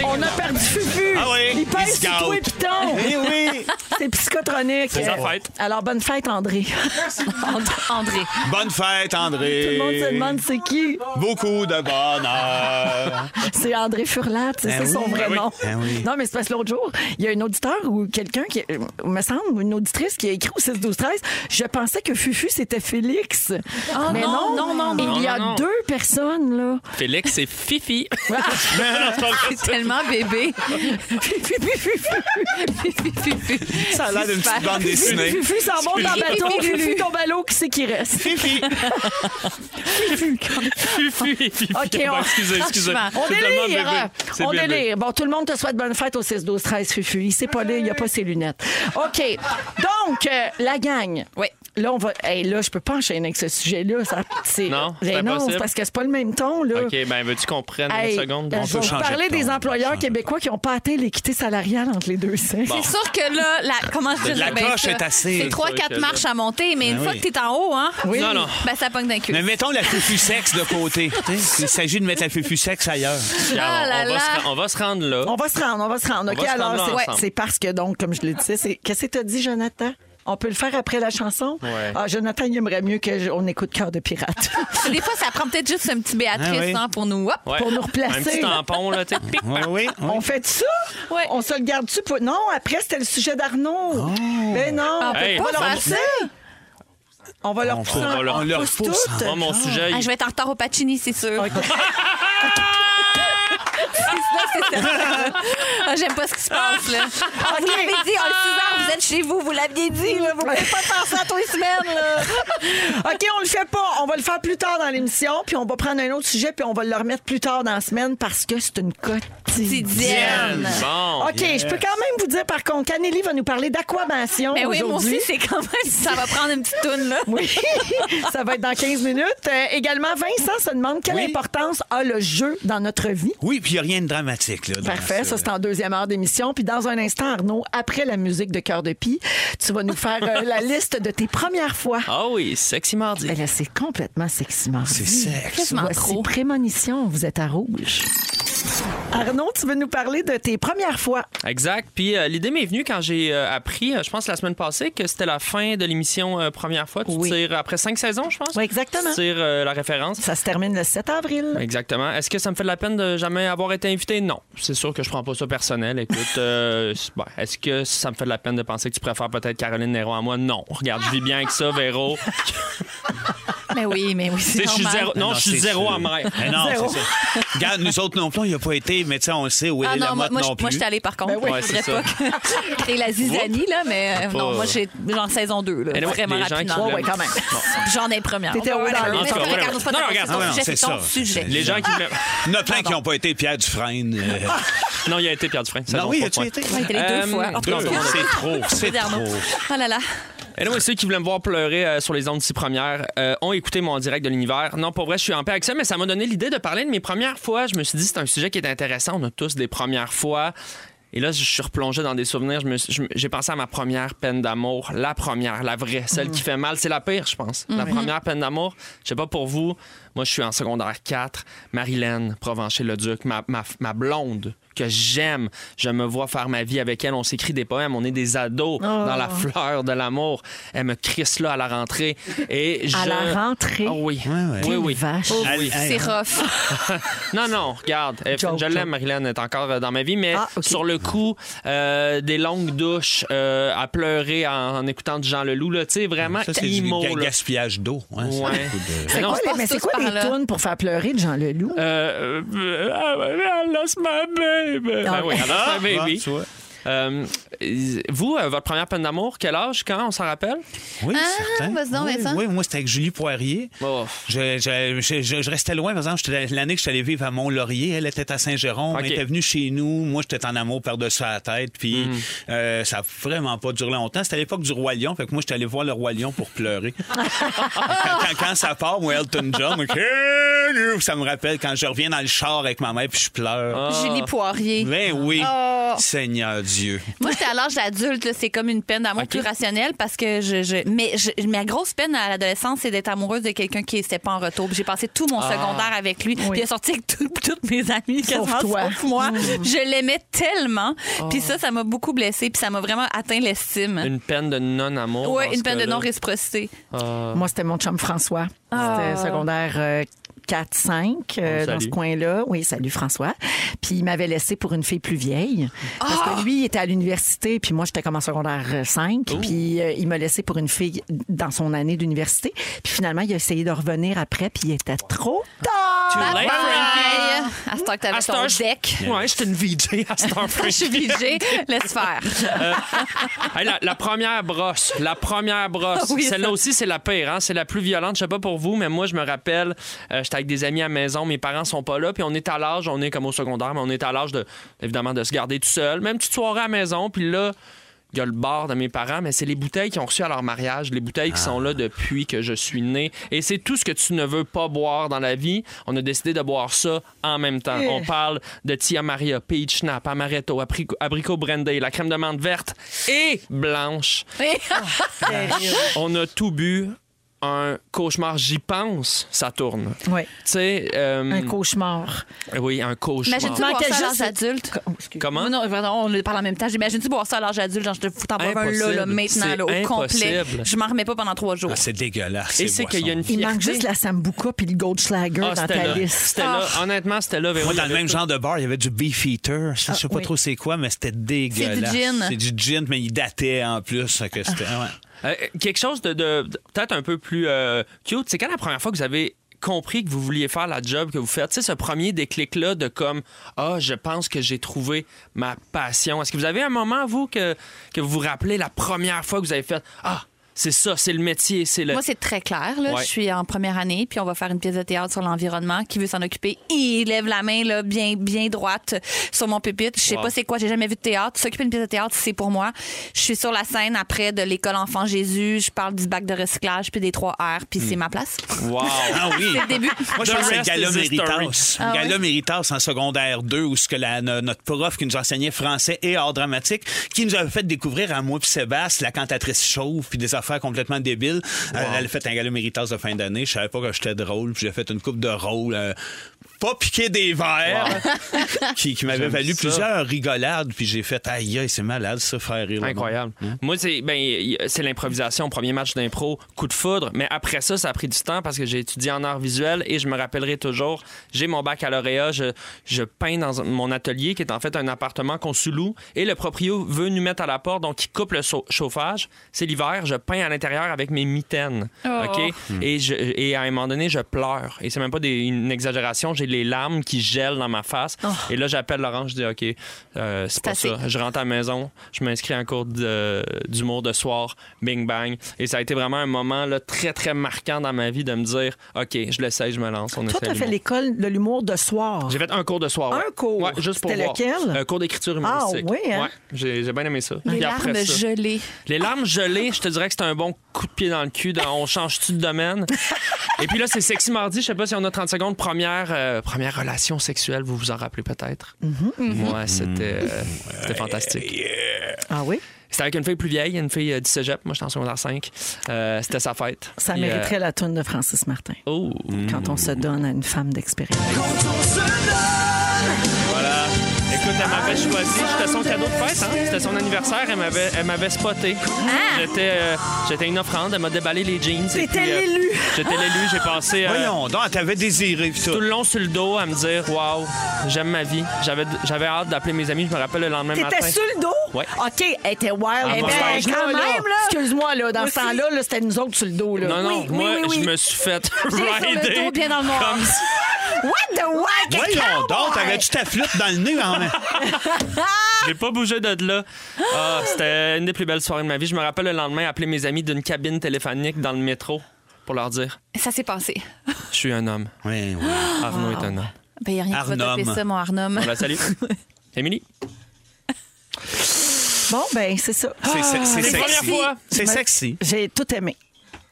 F: On a perdu Fufu.
D: Ah oui,
F: Il
D: il
F: pèse
D: se
F: sur toi et
D: gâte.
F: piton.
D: Eh oui!
F: C'est psychotronique.
L: sa fête.
F: Alors, bonne fête, André.
E: André.
D: Bonne fête, André!
F: Tout le monde se demande c'est qui.
D: Beaucoup de bonheur!
F: C'est André Furlat, c'est
D: Ben
F: ça son
D: oui,
F: vrai
D: ben oui,
F: nom.
D: ben oui.
F: Non, mais c'est parce que l'autre jour, il y a un auditeur ou quelqu'un qui, euh, me semble, une auditrice qui a écrit au 6 12 13 Je pensais que Fufu, c'était Félix. mais non,
E: non,
F: non, non.
L: non,
F: il y a
L: non, non.
F: deux personnes, là.
L: Félix, c'est Fifi.
E: C'est tellement bébé.
F: Fufu, Fufu, Fufu.
D: Ça a l'air d'une petite bande dessinée.
F: Fufu s'en monte en bateau.
E: Fifi, Lulu.
F: Fufu tombe à l'eau. Qui c'est qui reste? Fifi. OK, on...
L: excusez, excusez.
F: On
L: C'est tellement
F: délire.
L: bébé.
F: hein?
L: C'est
F: On
L: bébé.
F: délire. Bon, tout le monde te souhaite bonne fête au 6-12-13, Fufu. Il s'est pas là, il a pas ses lunettes. OK. Donc, euh, la gang. Oui. Là, on va. Hey, là, je peux pas enchaîner avec ce sujet-là. Ça, c'est...
L: Non, c'est
F: Ben non,
L: impossible.
F: c'est parce que c'est pas le même ton, là.
L: OK, ben veux-tu qu'on prenne
F: Hey,
L: une seconde?
F: euh, je vais vous parler des employeurs québécois qui n'ont pas atteint l'équité salariale entre les deux sexes.
E: C'est sûr que là, la, comment je
F: La
E: dirais bien
D: coche
E: ça?
D: est assez-
E: C'est trois,
D: C'est sûr
E: quatre
D: que
E: marches
D: là-
E: à monter, mais
D: Ben
E: une fois
D: oui.
E: que t'es en haut, hein?
D: Oui. Non, non.
E: Ben ça pogne d'un cul.
D: Mais mettons la fufu sexe de côté. tu sais. Il s'agit de mettre la fufu sexe ailleurs.
L: Regarde,
E: Ah
L: on,
E: là
L: va
E: là.
L: se, on va se rendre là.
F: On va se rendre, on va se rendre.
L: On
F: OK,
L: va se
F: alors,
L: rendre
F: c'est,
L: là
F: ouais,
L: ensemble.
F: c'est parce que, donc, comme je le disais, c'est... Qu'est-ce que t'as dit, Jonathan? On peut le faire après la chanson?
L: Ouais.
F: Ah, Jonathan, il aimerait mieux qu'on écoute Cœur de pirate.
E: Des fois, ça prend peut-être juste un petit Béatrice
F: Ah oui.
E: hein, pour nous. hop.
F: Ouais. Pour nous replacer.
L: Un petit tampon, là, tu sais. Pic, pac.
F: On fait ça? On se le garde-tu? pour- Non, après, c'était le sujet d'Arnaud. Mais non,
L: Ah, on peut Oh. Hey,
F: on
L: pas
F: va leur
L: faire
F: pousser. On va leur pousser.
L: on va leur- on leur pousse. Moi, mon sujet, il-
E: Ah, je vais être en retard au Pacini, c'est sûr. C'est ça, c'est ça. Ah, J'aime pas ce qui se passe, là. Ah, vous
F: Ok.
E: l'avez dit, en le 6 heures, vous êtes chez vous, vous l'aviez dit, là. Vous pouvez pas penser à tous les semaines, là.
F: OK, on le fait pas. On va le faire plus tard dans l'émission, puis on va prendre un autre sujet, puis on va le remettre plus tard dans la semaine parce que c'est une quotidienne.
L: Bon,
F: OK,
L: yes.
F: je peux quand même vous dire, par contre, qu'Anneli va nous parler d'aquamation
E: Mais Ben oui, moi
F: aujourd'hui.
E: aussi, c'est quand même. Ça va prendre une petite toune, là.
F: Oui, ça va être dans 15 minutes. Euh, également, Vincent se demande quelle importance a le jeu dans notre vie.
D: Oui, puis il n'y a rien de dramatique. Là, dans
F: Parfait, ça c'est en deuxième heure d'émission. Puis dans un instant, Arnaud, après la musique de Cœur de Pie, tu vas nous faire euh, la liste de tes premières fois.
L: Ah oui, sexy mardi.
F: Ben là, c'est complètement sexy mardi.
L: C'est sexe. Quasiment
F: Voici Prémonition, vous êtes à rouge. Arnaud, tu veux nous parler de tes premières fois.
L: Exact. Puis euh, l'idée m'est venue quand j'ai euh, appris, euh, je pense la semaine passée, que c'était la fin de l'émission euh, Première fois. Tu tires après cinq saisons, je pense.
F: Oui, exactement.
L: Tu tires euh, la référence.
F: Ça se termine le 7 avril.
L: Exactement. Est-ce que ça me fait de la peine de jamais avoir été invité? Non. C'est sûr que je prends pas ça personnel. Écoute, euh, c'est- bon, est-ce que ça me fait de la peine de penser que tu préfères peut-être Caroline Néron à moi? Non. Regarde, je vis bien avec ça, Véro.
E: Mais oui, mais oui,
L: Tu sais,
E: c'est
L: je suis
E: normal.
L: zéro- non, je suis
D: c'est
L: zéro
D: sûr.
L: amer.
D: Mais non,
L: Zéro.
D: c'est ça. Regarde, nous autres non plus, on n'y a pas été, mais tu sais, on le sait où
E: Ah
D: est la
E: non, moi,
D: mode
E: moi, je-
D: non
E: moi,
D: plus.
E: je suis allée par contre.
D: Ben oui.
E: Je
D: Ouais,
E: voudrais
D: c'est
E: pas que- créer la zizanie, là, mais euh,
L: Pas-
E: non, moi, j'ai genre saison 2, là,
L: Anyway,
E: vraiment
L: les gens qui
E: rapidement.
L: l'aiment. Ouais, ouais, quand même.
E: J'en ai première.
F: T'étais
E: On peut
F: au
E: aller-
F: dans-
E: mais
F: en tout
E: ça,
F: cas,
E: regarde, c'est pas
D: Non,
E: ton-
D: regarde,
E: c'est ton
D: non,
E: sujet,
D: c'est
E: c'est ton
D: ça.
E: sujet.
L: Les gens qui me-
D: Il y en a plein qui n'ont pas été, Pierre Dufresne. euh,
L: Non, il a été Pierre Dufresne.
D: Non, oui, as-tu été?
E: Ouais, t'es les
D: Euh,
E: deux fois. En tout
D: deux,
E: cas,
D: c'est trop, c'est
E: Arnaud.
D: trop.
E: Oh là là.
L: Et là, ceux qui voulaient me voir pleurer euh, sur les ondes si premières euh, ont écouté mon direct de l'univers. Non, pour vrai, je suis en paix avec ça, mais ça m'a donné l'idée de parler de mes premières fois. Je me suis dit, c'est un sujet qui est intéressant. On a tous des premières fois. Et là, je suis replongé dans des souvenirs. Je me suis- je me- J'ai pensé à ma première peine d'amour, la première, la vraie, celle qui fait mal. C'est la pire, je pense. La
E: Mhm.
L: première peine d'amour, je sais pas pour vous, moi, je suis en secondaire 4. Marilène, Provencher-le-Duc, ma, ma, ma blonde que j'aime. Je me vois faire ma vie avec elle. On s'écrit des poèmes. On est des ados dans
F: Oh.
L: la fleur de l'amour. Elle me crisse là à la rentrée. Et je...
F: À la rentrée.
L: Ah oui.
F: T'es
L: Oui,
F: une
L: oui.
F: vache. Oh.
L: Ah oui.
E: C'est rough.
L: non, non, regarde. Elle-
F: Joke,
L: je
F: joke.
L: l'aime, Marilyn est encore euh, dans ma vie, mais
F: Ah, ok.
L: sur le coup, euh, des longues douches, euh, à pleurer en, en écoutant du Jean Leloup, là, tu sais, vraiment
D: Ça, c'est du
L: imo.
D: ga-
L: là.
D: gaspillage d'eau. hein, c'est
L: Ouais.
D: beaucoup de-
F: C'est
L: Mais non,
F: quoi,
L: je
F: les,
L: pense
F: mais c'est
L: tous
F: quoi
L: par
F: les
L: là.
F: tunes pour faire pleurer de Jean Leloup?
L: Euh, euh, ah, I lost my baby.
F: Ah
L: Ben oui,
F: oui.
L: I lost
D: Ah,
L: my
D: ouais,
L: baby.
D: tu vois.
L: Euh, vous, euh, votre première peine d'amour, quel âge, quand, on s'en rappelle?
D: Oui, certain.
E: Ah, vas-y donc,
D: oui,
E: Vincent.
D: oui, moi, c'était avec Julie Poirier.
L: Oh.
D: Je, je- je- je- je restais loin, par exemple. j'étais- L'année que je suis allé vivre à Mont-Laurier, elle était à Saint-Jérôme.
L: Ok.
D: Elle était venue chez nous. Moi, j'étais en amour par-dessus la tête. Puis,
L: Hmm.
D: euh, ça n'a vraiment pas duré longtemps. C'était à l'époque du Roi Lion. Fait que moi, j'étais allé voir le Roi Lion pour pleurer. quand, quand- quand ça part, moi, Elton John, moi, Hello, ça me rappelle quand je reviens dans le char avec ma mère puis je
L: Ah.
D: pleure.
E: Julie Poirier.
D: Ben oui,
E: Oh.
D: Seigneur Dieu.
E: Moi, j'étais à l'âge adulte, là, c'est comme une peine d'amour plus rationnelle parce que je, je- mais je- ma grosse peine à l'adolescence, c'est d'être amoureuse de quelqu'un qui n'était pas en retour. Puis J'ai passé tout mon
L: Ah.
E: secondaire avec lui. Puis Il a sorti avec tout- toutes mes amies,
F: Sauf
E: quasiment,
F: toi. Mm.
E: sauf moi. Je l'aimais tellement.
L: Ah.
E: Puis ça, ça m'a beaucoup blessée. Puis ça m'a vraiment atteint l'estime.
L: Une peine de non-amour.
E: Hein? ouais,
L: dans
E: une
L: ce
E: peine de
L: cas-là.
E: non-réciprocité.
L: Ah.
F: Moi, c'était mon chum François.
E: Ah.
F: C'était secondaire euh, 4-5
L: le
F: euh, dans
L: salue.
F: ce coin-là. Oui, salut François. Puis il m'avait laissé pour une fille plus vieille. Parce
L: Ah!
F: que lui, il était à l'université, puis moi, j'étais comme en secondaire euh, 5.
L: Oh.
F: Puis euh, il m'a laissé pour une fille dans son année d'université. Puis finalement, il a essayé de revenir après, puis il était trop tard.
L: too
E: Bye
L: late,
E: bye. À ce temps que
L: À
E: t'avais
L: cette heure,
E: ton
L: je-
E: deck.
L: Ouais, j'étais une VJ à Star
E: Je suis obligée. Laisse faire.
L: Euh, Hey, la, la première brosse, la première brosse.
E: Ah Oui,
L: Celle-là
E: ça.
L: aussi, c'est la pire, hein? c'est la plus violente. Je sais pas pour vous, mais moi, je me rappelle, euh, j'étais avec des amis à la maison, mes parents sont pas là, puis on est à l'âge, on est comme au secondaire, mais on est à l'âge, de, évidemment, de se garder tout seul. Même petite soirée à la maison, puis là, il y a le bar de mes parents, mais c'est les bouteilles qu'ils ont reçues à leur mariage, les bouteilles qui sont là depuis que je suis né. Et c'est tout ce que tu ne veux pas boire dans la vie. On a décidé de boire ça en même temps.
O: Eh.
L: On parle de Tia Maria, Peach Snap, Amaretto, aprico- Abricot Brandy, la crème de menthe verte et blanche. On a tout bu. Un cauchemar, j'y pense, ça tourne.
F: Oui.
L: Tu sais. euh, Hmm.
F: Un cauchemar.
L: Oui, un cauchemar.
E: Imagine-tu boire ça à l'âge adulte?
F: oh,
L: Comment?
E: Non, non, on le parle en même temps. J'imagine-tu boire ça à l'âge adulte? Genre, je te fous t'en boire un là,
L: Impossible.
E: là, maintenant,
L: C'est
E: là, au complet.
L: impossible.
E: Je m'en remets pas pendant trois jours.
D: Ah, c'est dégueulasse.
L: Et c'est qu'il y a une
F: Il
L: fierté.
F: manque juste la Sambuca puis le Goldschlager
L: Ah,
F: dans
L: c'était
F: ta
L: là.
F: liste.
L: C'était là. Honnêtement, c'était là. Véro,
D: Moi,
L: il y
D: dans le
L: avait
D: même
L: tout.
D: genre de bar, il y avait du Beefeater. Ça,
L: Ah,
D: je sais pas
L: oui.
D: trop c'est quoi, mais c'était dégueulasse.
L: gin.
D: C'est du gin, mais il datait en plus que c'était. ouais.
L: Euh, quelque chose de, de- de- peut-être un peu plus euh, cute, c'est quand la première fois que vous avez compris que vous vouliez faire la job que vous faites, tu sais, ce premier déclic-là de comme Ah, je pense que j'ai trouvé ma passion. Est-ce que vous avez un moment, vous, que, que vous vous rappelez la première fois que vous avez fait Ah, c'est ça, c'est le métier, c'est le.
E: Moi, c'est très clair. Là.
L: Ouais.
E: Je suis en première année, puis on va faire une pièce de théâtre sur l'environnement. Qui veut s'en occuper? Il lève la main là, bien, bien droite sur mon pupitre. Je sais
L: Wow.
E: pas c'est quoi, j'ai jamais vu de théâtre. S'occuper d'une pièce de théâtre, c'est pour moi. Je suis sur la scène après de l'école Enfant Jésus. Je parle du bac de recyclage, puis des 3 R, puis
L: Hmm.
E: c'est ma place.
L: Wow!
D: Ah oui!
E: C'est le début.
D: Moi, je
E: The
D: pense que c'est
E: rest
D: Gala
E: is history.
D: Méritas.
E: Ah
D: Gala
E: ouais?
D: Méritas en secondaire 2, où ce que la- no- notre prof qui nous enseignait français et art dramatique, qui nous avait fait découvrir à moi puis Sébastien la cantatrice chauve, puis des affaires complètement débiles. Elle, elle a fait un Gala Méritas de fin d'année. Je savais pas que j'étais drôle, puis j'ai fait une coupe de rôle. euh, pas piqué des verres, qui, qui m'avait
L: J'aime
D: valu
L: ça.
D: plusieurs rigolades, puis j'ai fait aïe, aïe, c'est malade, ça, faire rire. le monde.
L: Incroyable. Moi, c'est ben, y- c'est l'improvisation, premier match d'impro, coup de foudre. Mais après ça, ça a pris du temps parce que j'ai étudié en arts visuels et je me rappellerai toujours, j'ai mon baccalauréat, je, je peins dans un- mon atelier qui est en fait un appartement qu'on sous-loue et le proprio veut nous mettre à la porte, donc il coupe le sau- chauffage. C'est l'hiver, je peins à l'intérieur avec mes mitaines.
O: Oh.
L: OK?
O: Hmm.
L: Et, je- et à un moment donné, je pleure. Et c'est même pas des- une exagération, j'ai les larmes qui gèlent dans ma face. Et là, j'appelle Laurent, je dis OK, euh, c'est
O: Oh.
L: pas
O: assez.
L: ça. Je rentre à la maison, je m'inscris en cours de- d'humour de soir, bing bang. Et ça a été vraiment un moment là, très, très marquant dans ma vie de me dire OK, je l'essaye, je me lance. On
F: Toi,
L: essaie
F: t'as fait
L: l'humour.
F: l'école de l'humour de soir.
L: J'ai fait un cours de soir. ouais.
F: Un cours?
L: Ouais, juste pour
F: C'était
L: voir.
F: lequel?
L: Un cours d'écriture
F: Ah,
L: humoristique.
F: oui, hein?
L: Ouais, j'ai j'ai bien aimé ça.
E: Les
L: Puis après
E: larmes
L: ça-
E: gelées.
L: les larmes gelées, je te dirais que c'est un bon coup de pied dans le cul. de on change-tu de domaine? Et puis là, c'est Sexy Mardi. Je sais pas si on a 30 secondes. Première, euh, première relation sexuelle, vous vous en rappelez peut-être.
F: Mm-hmm.
L: Moi, c'était euh, c'était fantastique.
F: Ah oui?
L: C'était avec une fille plus vieille, une fille euh, du cégep. Moi, j'étais en secondaire 5. Euh, c'était sa fête.
F: Ça
L: Puis, oh. euh,
F: mériterait la toune de Francis Martin. Quand on se donne à une femme d'expérience.
L: Voilà. Écoute, elle m'avait choisi. C'était son cadeau de fête, hein? C'était son anniversaire. Elle m'avait, elle m'avait spoté.
F: Ah!
L: J'étais, euh, j'étais une offrande. Elle m'a déballé les jeans. et
D: T'étais
L: puis, euh,
D: l'élu.
L: J'étais l'élu. J'ai passé. euh,
D: Voyons donc, elle t'avait désiré. puis tout.
L: tout le long sur le dos à me dire Waouh, j'aime ma vie. J'avais, j'avais hâte d'appeler mes amis. Je me rappelle le lendemain matin.
F: T'étais sur le dos?
L: Ouais.
F: OK, elle était wild.
L: Ah,
F: Elle
L: bon.
F: était
L: Ben,
F: à
L: quand
F: ce moment-là.
L: même, là.
F: Excuse-moi, là, dans ce temps-là, là, c'était nous autres sur le dos. Là.
L: Non, non,
F: Oui, oui,
L: moi,
F: oui, oui.
L: je me suis fait
F: J'ai sur le
L: rider.
F: dos, bien dans le noir.
L: Comme si-
F: What the what?
D: Voyons donc, t'avais-tu ta flûte dans le nez en
L: J'ai pas bougé de là. Ah, c'était une des plus belles soirées de ma vie. Je me rappelle le lendemain appeler mes amis d'une cabine téléphonique dans le métro pour leur dire
E: Ça s'est passé.
L: Je suis un homme.
D: Oui, oui.
L: Arnaud est un homme.
E: Ben, y a rien qui va
L: Arnum.
E: taper ça, mon Arnum.
L: On la salue. Émilie.
F: Bon, ben, c'est ça.
L: C'est
D: Ah,
L: se- c'est C'est la sexy. première fois. C'est
F: Je me-
L: sexy.
F: J'ai tout aimé.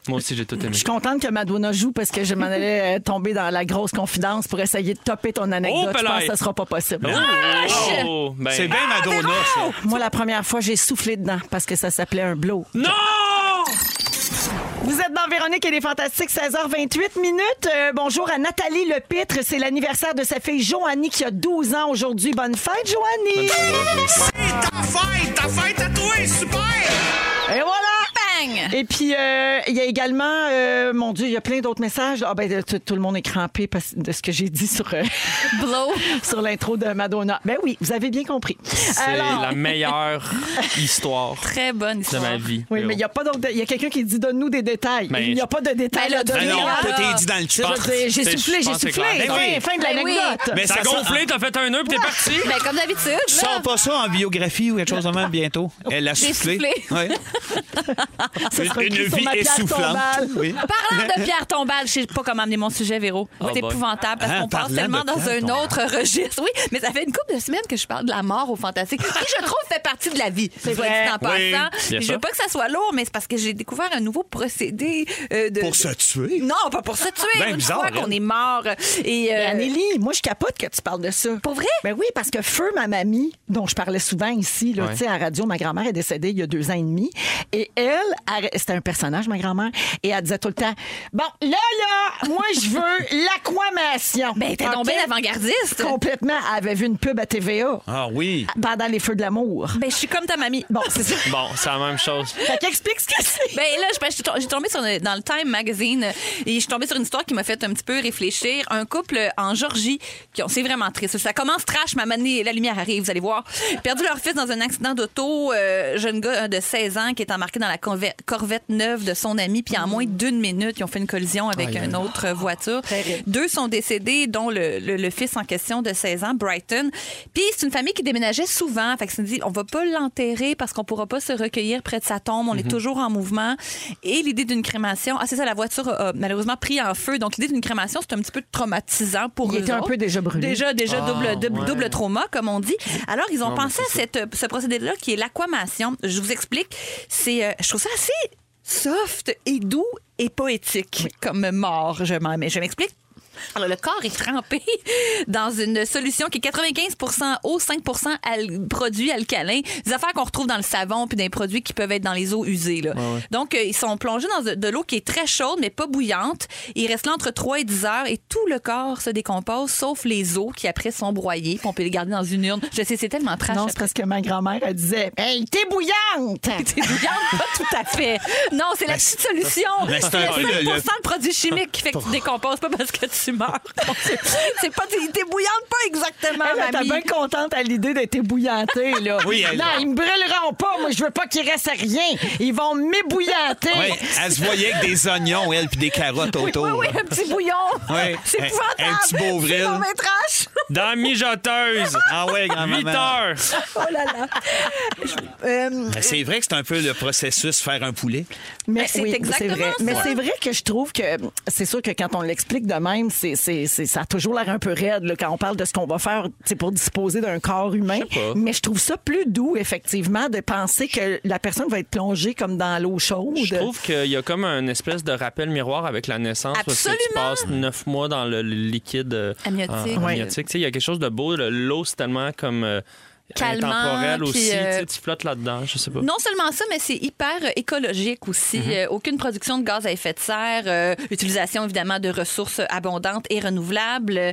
L: Moi aussi, j'ai tout aimé.
F: Je suis contente que Madonna joue parce que je m'en allais euh, tomber dans la grosse confidence pour essayer de topper ton anecdote.
L: Oh,
F: je pense que
L: pelaille.
F: ça sera pas possible.
L: Oh, oh, ben.
D: C'est bien Madonna, ça.
F: Moi, la première fois, j'ai soufflé dedans parce que ça s'appelait un blow.
L: Non!
F: Vous êtes dans Véronique et les Fantastiques, 16h28 minutes. Euh, bonjour à Nathalie Lepitre. C'est l'anniversaire de sa fille Joanie qui a 12 ans aujourd'hui. Bonne fête, Joanie!
C: ta fête, ta fête à toi, super!
F: Et voilà!
E: Bang!
F: Et puis, euh, il y a également, euh, mon Dieu, il y a plein d'autres messages. Ah, ben, tout, tout le monde est crampé parce- de ce que j'ai dit sur, euh, sur l'intro de Madonna. Ben oui, vous avez bien compris.
L: C'est
F: Alors-
L: la meilleure histoire.
E: Très bonne
L: histoire. De ma vie.
F: Oui, mais il y a pas d'autres. Il y a quelqu'un qui dit donne-nous des détails.
L: Ben,
F: il n'y a pas de détails.
E: Ben,
F: à
E: le
F: donner.
E: Ah non,
F: Ah.
E: tout est dit dans le
F: Je veux
L: titre.
F: dire, J'ai
L: C'est-
F: soufflé,
L: je
F: j'ai
L: pense que c'est
F: soufflé.
L: clair. Ben
F: Fin-
L: oui.
F: Fin de
E: Ben oui.
F: l'anecdote.
D: Mais
L: T'as
D: ça
L: gonflé, t'as fait un nœud, puis t'es parti.
E: Ben, comme d'habitude.
D: Je
E: là.
D: sors pas ça en biographie ou quelque chose de même bientôt. Elle a
E: J'ai
D: soufflé.
E: soufflé.
D: Ouais.
F: Ça sera
D: une
F: écrit sur
D: vie
F: ma plaque
D: essoufflante.
F: tombale.
D: Oui.
E: Parlant de Pierre Tombal, je sais pas comment amener mon sujet, Véro.
L: Oh
E: c'est
L: boy.
E: épouvantable parce
D: Hein,
E: qu'on
D: parlant
E: passe tellement
D: de
E: dans
D: Pierre
E: un
D: Tombal.
E: autre registre. Oui, mais ça fait une couple de semaines que je parle de la mort au fantastique, qui, je trouve, fait partie de la vie. C'est
F: vrai.
E: En
D: Oui.
E: passant.
L: Bien
E: Puis Je
L: sûr.
E: veux pas que ça soit lourd, mais c'est parce que j'ai découvert un nouveau procédé euh, de.
D: Pour se tuer.
E: Non, pas pour se tuer.
D: Ben,
E: une
D: bizarre,
E: fois qu'on
D: elle.
E: est mort. Et,
F: Mais
E: euh,
F: Anneli, moi, je capote que tu parles de ça.
E: Pour vrai?
F: Ben oui, parce que Feu, ma mamie, dont je parlais souvent ici, là,
L: Ouais.
F: tu sais, à la radio, ma grand-mère est décédée il y a deux ans et demi. Et elle, elle- c'était un personnage, ma grand-mère, et elle disait tout le temps Bon, là, là, moi, je veux l'aquamation.
E: ben, t'es
F: OK?
E: tombé l'avant-gardiste.
F: Complètement. Elle avait vu une pub à TVA
D: Ah oui.
F: pendant les Feux de l'amour.
E: Ben, je suis comme ta mamie.
F: Bon, c'est ça.
L: Bon, c'est la même chose.
F: Fait qu'explique ce que c'est.
E: Ben là, je- je- j'ai tombé sur le- dans le Time Magazine et je suis tombée sur une histoire qui m'a fait un petit peu réfléchir. Un couple en Georgie, qui ont- c'est vraiment triste. Ça commence trash, ma manée, la lumière arrive, vous allez voir. Perdu leur fils dans un accident d'auto, euh, jeune gars de 16 ans qui est embarqué dans la conve- Corvette neuve de son ami, puis en moins d'une minute, ils ont fait une collision avec une autre voiture.
F: Ah,
E: Deux sont décédés, dont le, le- le fils en question de 16 ans, Brighton. Puis c'est une famille qui déménageait souvent. Fait que se dit, on va pas l'enterrer parce qu'on pourra pas se recueillir près de sa tombe. On
F: Mhm.
E: est toujours en mouvement. Et l'idée d'une crémation, ah c'est ça, la voiture a, a malheureusement pris en feu. Donc l'idée d'une crémation, c'est un petit peu traumatisant pour
F: Il
E: eux
F: était un
E: autres.
F: peu déjà brûlé.
E: Déjà, déjà double, double,
L: Ah, ouais.
E: double trauma, comme on dit. Alors, ils ont
L: Non,
E: pensé
L: mais
E: à
L: c'est
E: cette, ce procédé-là qui est l'aquamation. Je vous explique. C'est, euh, je trouve ça assez soft et doux et poétique comme mort. Je, m'en- mais je m'explique. Alors, le corps est trempé dans une solution qui est 95 eau, 5 al- produits alcalins, des affaires qu'on retrouve dans le savon puis des produits qui peuvent être dans les eaux usées. là. Donc, euh, ils sont plongés dans de, de l'eau qui est très chaude, mais pas bouillante. Ils restent là entre 3 et 10 heures et tout le corps se décompose, sauf les os qui après sont broyés puis on peut les garder dans une urne. Je sais, c'est tellement trash.
F: Non, c'est parce que ma grand-mère, elle disait Hey, t'es bouillante!
E: C'est bouillante, pas tout à fait. Non, c'est la petite solution.
D: mais Ben, c'est
E: C'est
D: un
E: le
D: peu le-
E: 5 de produits chimiques qui fait que tu décomposes pas parce que tu meurs. C'est pas t'es t'es bouillante pas exactement,
F: Elle était
E: mamie.
F: bien contente à l'idée d'être ébouillantée, là.
D: Oui, elle-
F: Non, ils me brûleront pas. Moi, je veux pas qu'il reste rien. Ils vont m'ébouillanter.
D: Ouais, elle se voyait avec des oignons, elle, puis des carottes autour.
E: Oui, oui, un petit bouillon.
D: Ouais.
E: C'est
D: Un-
E: épouvantable.
D: un petit Beauvril.
E: C'est mon métrage.
L: Dans mijoteuse.
D: Ah ouais,
L: 8
D: grand-maman.
L: heures.
E: Oh là là. Euh,
D: Mais C'est vrai que c'est un peu le processus faire un poulet.
F: Mais
E: Mais Ben, c'est
F: oui,
E: exactement
F: vrai.
E: ça.
F: Mais c'est vrai que je trouve que hum, c'est sûr que quand on l'explique de même, c'est, c'est, c'est- ça a toujours l'air un peu raide là, quand on parle de ce qu'on va faire c'est pour disposer d'un corps humain. Mais je trouve ça plus doux, effectivement, de penser que la personne va être plongée comme dans l'eau chaude.
L: Je trouve qu'il y a comme un espèce de rappel miroir avec la naissance. parce que tu
E: Absolument.
L: passes neuf mois dans le liquide euh,
E: Amniotique.
L: en- en
F: Ouais.
L: amniotique. Tu sais, Il y a quelque chose de beau. le- L'eau, c'est tellement comme. euh,
E: Calmant,
L: intemporel
E: puis,
L: aussi. Tu
E: euh,
L: sais, Tu flottes là-dedans. Je sais pas.
E: Non seulement ça, mais c'est hyper euh, écologique aussi.
D: Mm-hmm.
E: Euh, aucune production de gaz à effet de serre, euh, utilisation évidemment de ressources abondantes et renouvelables, euh,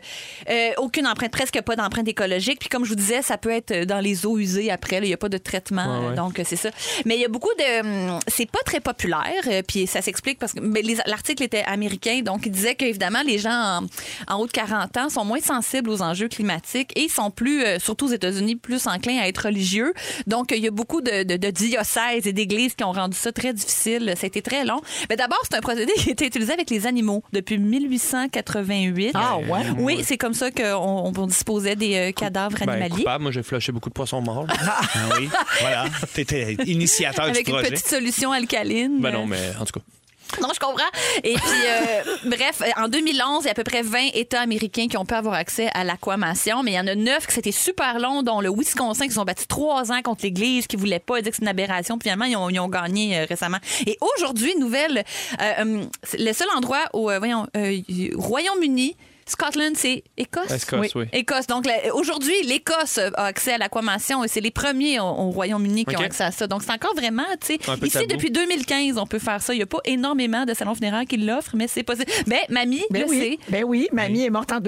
E: euh, aucune empreinte, presque pas d'empreinte écologique. Puis comme je vous disais, ça peut être dans les eaux usées après, là, il n'y a pas de traitement,
L: Ouais, ouais.
E: donc euh, c'est ça. Mais il y a beaucoup de... hum, C'est pas très populaire, euh, puis ça s'explique parce que mais les- l'article était américain, donc il disait qu'évidemment, les gens en, en haut de 40 ans sont moins sensibles aux enjeux climatiques et sont plus, euh, surtout aux États-Unis, plus enclins à être religieux. Donc, euh, il y a beaucoup de, de- de diocèses et d'églises qui ont rendu ça très difficile. Ça a été très long. Mais d'abord, c'est un procédé qui était utilisé avec les animaux depuis 1888.
F: Ah ouais?
E: Oui, c'est comme ça qu'on on disposait des euh, cadavres
L: Ben,
E: animaliers.
L: coupable, moi j'ai flushé beaucoup de poissons morts.
D: Ah oui, voilà. T'étais initiateur
E: avec
D: du
E: une
D: projet.
E: petite solution alcaline.
L: ben non, mais en tout cas.
E: Non, je comprends. Et puis, euh, bref, en 2011, il y a à peu près 20 États américains qui ont pu avoir accès à l'aquamation, mais il y en a 9 qui c'était super long, dont le Wisconsin, qui se sont battus trois ans contre l'Église, qui voulait pas, ils disaient que c'est une aberration. Puis finalement, ils ont, ils ont gagné euh, récemment. Et aujourd'hui, nouvelle, euh, hum, c'est le seul endroit au, euh, voyons, euh, Royaume-Uni Scotland, c'est Écosse.
L: Escosse, Oui. oui.
E: Écosse. Donc, la- aujourd'hui, l'Écosse a accès à l'aquamation et c'est les premiers au, au Royaume-Uni qui
L: OK.
E: ont accès à ça. Donc, c'est encore vraiment, tu sais,
L: Un peu
E: ici,
L: tabou.
E: depuis 2015, on peut faire ça. Il n'y a pas énormément de salons funéraires qui l'offrent, mais c'est possible. Mais mamie,
F: Ben
E: le sait.
F: oui, ben oui, mamie est morte en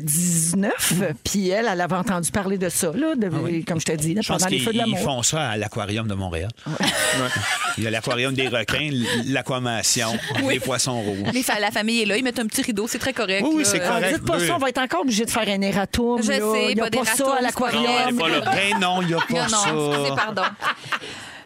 F: 2019, puis elle, elle avait entendu parler de ça, là, de- comme je te dis, là,
D: Ah Je pense
F: pendant les feux de
D: qu'ils
F: l'amour.
D: font ça à l'aquarium de Montréal. Il y a l'aquarium des requins, l'aquamation,
E: Oui.
D: les poissons rouges.
E: Les fa- la famille est là, ils mettent un petit rideau, c'est très correct.
D: Oui, oui,
E: là.
D: c'est
F: Ah,
D: correct.
F: dites pas
D: Deux.
F: ça, on va être encore obligé de faire un erratum.
E: Je
F: là.
E: sais,
F: Il y a pas,
E: pas d'erratum,
F: ça à
E: c'est
F: l'aquarium.
E: pas grave.
D: Ben non, il n'y a pas
E: non,
D: ça.
E: excusez, pardon.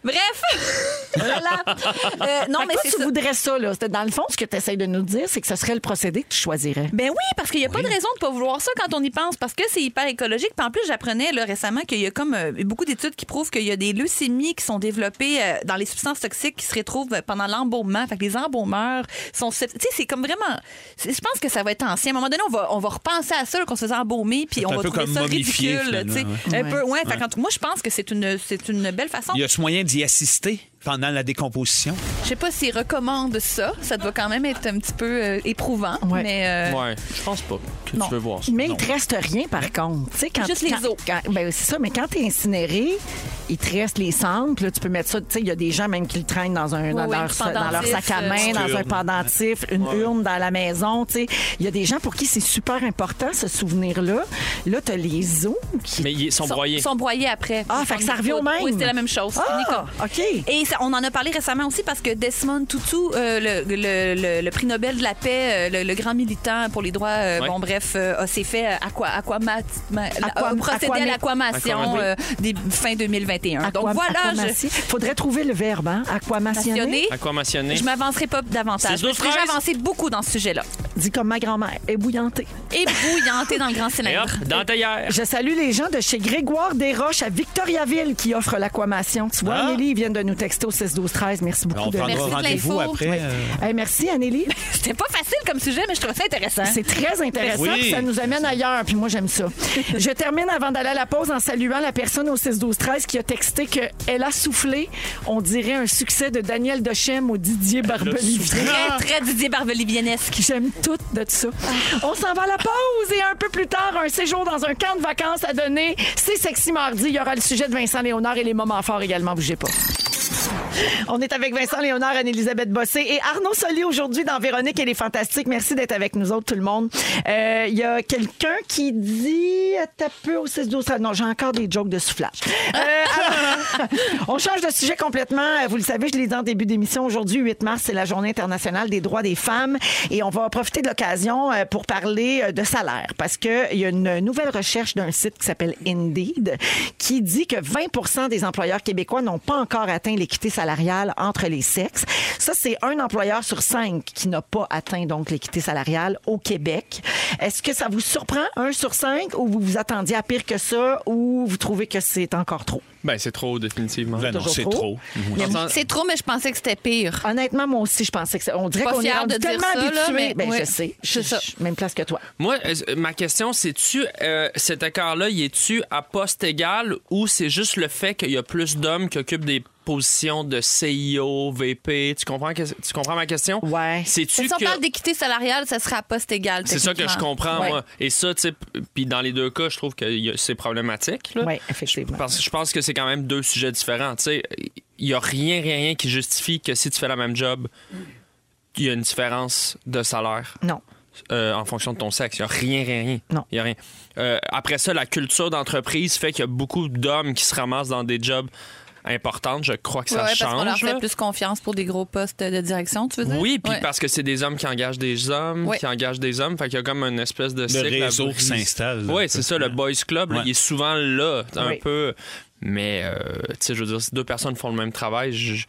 E: Bref, voilà. Euh, non,
F: Fait que
E: mais
F: toi,
E: c'est
F: tu
E: ça.
F: voudrais ça, là. C'était Dans le fond, ce que tu essaies de nous dire, c'est que ce serait le procédé que tu choisirais.
E: Ben oui, parce qu'il n'y a pas de raison de ne pas vouloir ça quand on y pense, parce que c'est hyper écologique. Puis en plus, j'apprenais là, récemment qu'il y a comme euh, beaucoup d'études qui prouvent qu'il y a des leucémies qui sont développées euh, dans les substances toxiques qui se retrouvent euh, pendant l'embaumement. Fait que les embaumeurs sont... suscept- Tu sais, c'est comme vraiment... c'est- Je pense que ça va être ancien. À un moment donné, on va, on va repenser à ça, là, qu'on se faisait embaumer, puis
D: C'est
E: on
D: un
E: va
D: peu
E: trouver
D: comme
E: ça
D: momifié,
E: ridicule. tu sais.
D: finalement,
E: Un
D: ouais.
E: peu, ouais. Fait
D: Ouais.
E: qu'en tout- moi, je pense que c'est une, c'est une belle façon.
D: Il y a ce moyen d'y assister pendant la décomposition.
E: Je sais pas s'ils recommandent ça. Ça doit quand même être un petit peu euh, éprouvant. Mais, euh,
L: Ouais, je pense pas que
E: non.
L: tu veux voir ça.
F: Mais il te reste rien, par contre. Tu sais, quand,
E: Juste les
F: quand-
E: os.
F: quand- ben, c'est ça, mais quand tu es incinéré, il te reste les cendres. puis là, tu peux mettre ça. Tu sais, il y a des gens même qui le traînent dans, un, dans,
E: oui,
F: leur,
E: un
F: sa- dans leur
E: pendentif,
F: sac à main,
E: euh,
F: dans un
D: urne.
F: pendentif, une urne dans la maison. Tu sais, il y a des gens pour qui c'est super important, ce souvenir-là. Là, tu as les os qui.
L: Mais ils sont
E: sont-
L: broyés.
E: sont broyés après.
F: Ah, fait que ça revient au même.
E: Oui, c'était la même chose.
F: Ah,
E: Fini, comme.
F: OK.
E: Et ça- on en a parlé récemment aussi parce que Desmond Tutu, euh, le, le- le- le prix Nobel de la paix, euh, le, le grand militant pour les droits, euh,
L: Ouais.
E: bon bref, euh, a- s'est fait euh, aqua, aquamat, ma-
F: Aqua-
E: euh, procéder à l'aquamation
F: Aquamat.
E: euh, des- fin 2021.
F: Aquam-
E: Donc voilà,
F: aquamatie. Faudrait trouver le verbe, hein?
E: je
F: Aquamationner.
E: passionné.
L: À quoi mentionner?
E: Je m'avancerai pas davantage.
L: C'est deux
E: Parce que J'ai
L: phrases.
E: avancé beaucoup dans ce sujet-là.
F: Dit comme ma grand-mère, ébouillanté.
E: Ébouillanté dans le grand
L: Et
E: cylindre.
L: hop, dans ta hier.
F: Je salue les gens de chez Grégoire Desroches à Victoriaville qui offrent l'aquamation. Tu vois,
D: Ah.
F: Anneli, ils viennent de nous texter au 6-12-13. Ben, Merci beaucoup.
D: On
F: de...
D: prendra
E: Merci de
D: rendez-vous
E: l'info.
D: après. euh,
F: Hey, merci, Anneli.
E: C'était pas facile comme sujet, mais je trouvais ça intéressant.
F: C'est très intéressant,
D: Hein? Oui.
F: puis ça nous amène ailleurs, puis moi j'aime ça. Je termine avant d'aller à la pause en saluant la personne au 6-12-13 qui a texté qu'elle a soufflé, on dirait un succès de Daniel Dochem ou Didier Barbelivier.
E: Très, très Didier Barbelivienesque.
F: J'aime tout de ça. On s'en va à la pause et un peu plus tard, un séjour dans un camp de vacances à donner. C'est Sexy Mardi. Il y aura le sujet de Vincent Léonard et les moments forts également. Bougez pas. On est avec Vincent Léonard, Anne-Elisabeth Bossé et Arnaud Soli aujourd'hui dans Véronique et les Fantastiques. Merci d'être avec nous autres, tout le monde. Euh, Il y a quelqu'un qui dit T'as peu au 6 12 13. Non, j'ai encore des jokes de soufflage. Euh, alors, on change de sujet complètement. Euh, Vous le savez, je l'ai dit en début d'émission. Aujourd'hui, 8 mars, c'est la Journée internationale des droits des femmes. Et on va profiter de l'occasion euh, pour parler euh, de salaire. Parce qu'il y a une nouvelle recherche d'un site qui s'appelle Indeed qui dit que 20 des employeurs québécois n'ont pas encore atteint l'équité salariale entre les sexes. Ça, c'est un employeur sur cinq qui n'a pas atteint donc l'équité salariale au Québec. Est-ce que ça vous surprend, un sur cinq, ou vous vous attendiez à pire que ça, ou vous trouvez que c'est encore trop?
L: Ben, c'est trop, définitivement.
D: ben non,
F: toujours
D: c'est
F: trop.
D: trop.
F: Mais
L: Dans un-
E: C'est trop, mais je pensais que c'était pire.
F: Honnêtement, moi aussi, je pensais que ça- on dirait
E: Pas
F: qu'on est
E: fière
F: rendu
E: de dire
F: tellement
E: ça, là,
F: habitué.
E: mais
F: Ben,
E: ouais,
F: je sais, je
E: c'est ça.
F: suis même place que toi.
L: Moi, euh, ma question, c'est-tu, euh, cet écart-là, il est-tu à poste égal ou c'est juste le fait qu'il y a plus d'hommes qui occupent des positions de CIO, VP? Tu comprends, que- tu comprends ma question?
F: Ouais.
L: C'est-tu
E: Si on
L: que...
E: parle d'équité salariale, ça sera à poste égal.
L: C'est ça que je
E: techniquement.
L: comprends,
E: Ouais.
L: moi. Et ça, tu sais, p- puis dans les deux cas, je trouve que y a- c'est problématique. là.
F: Oui, effectivement.
L: Parce que je pense que c'est quand même deux sujets différents. Tu sais, il n'y a rien, rien, rien qui justifie que si tu fais la même job, il y a une différence de salaire
F: Non.
L: euh, en fonction de ton sexe. Il n'y a rien, rien, rien.
F: Non.
L: Il y a rien. Euh, après ça, la culture d'entreprise fait qu'il y a beaucoup d'hommes qui se ramassent dans des jobs importants. Je crois que ça
E: Ouais, ouais, parce qu'on leur
L: change. là.
E: fait plus confiance pour des gros postes de direction, tu veux dire?
L: Oui, puis
E: Ouais.
L: parce que c'est des hommes qui engagent des hommes,
E: Ouais.
L: qui engagent des hommes, fait qu'il y a comme une espèce de cycle à
D: réseau qui
L: briser.
D: s'installe, là,
L: Oui,
D: un
L: c'est
D: peu.
L: ça, le boys club, là,
D: Ouais.
L: il est souvent là, un
F: Oui.
L: peu. Mais, euh, tu sais, je veux dire, si deux personnes font le même travail, je- je-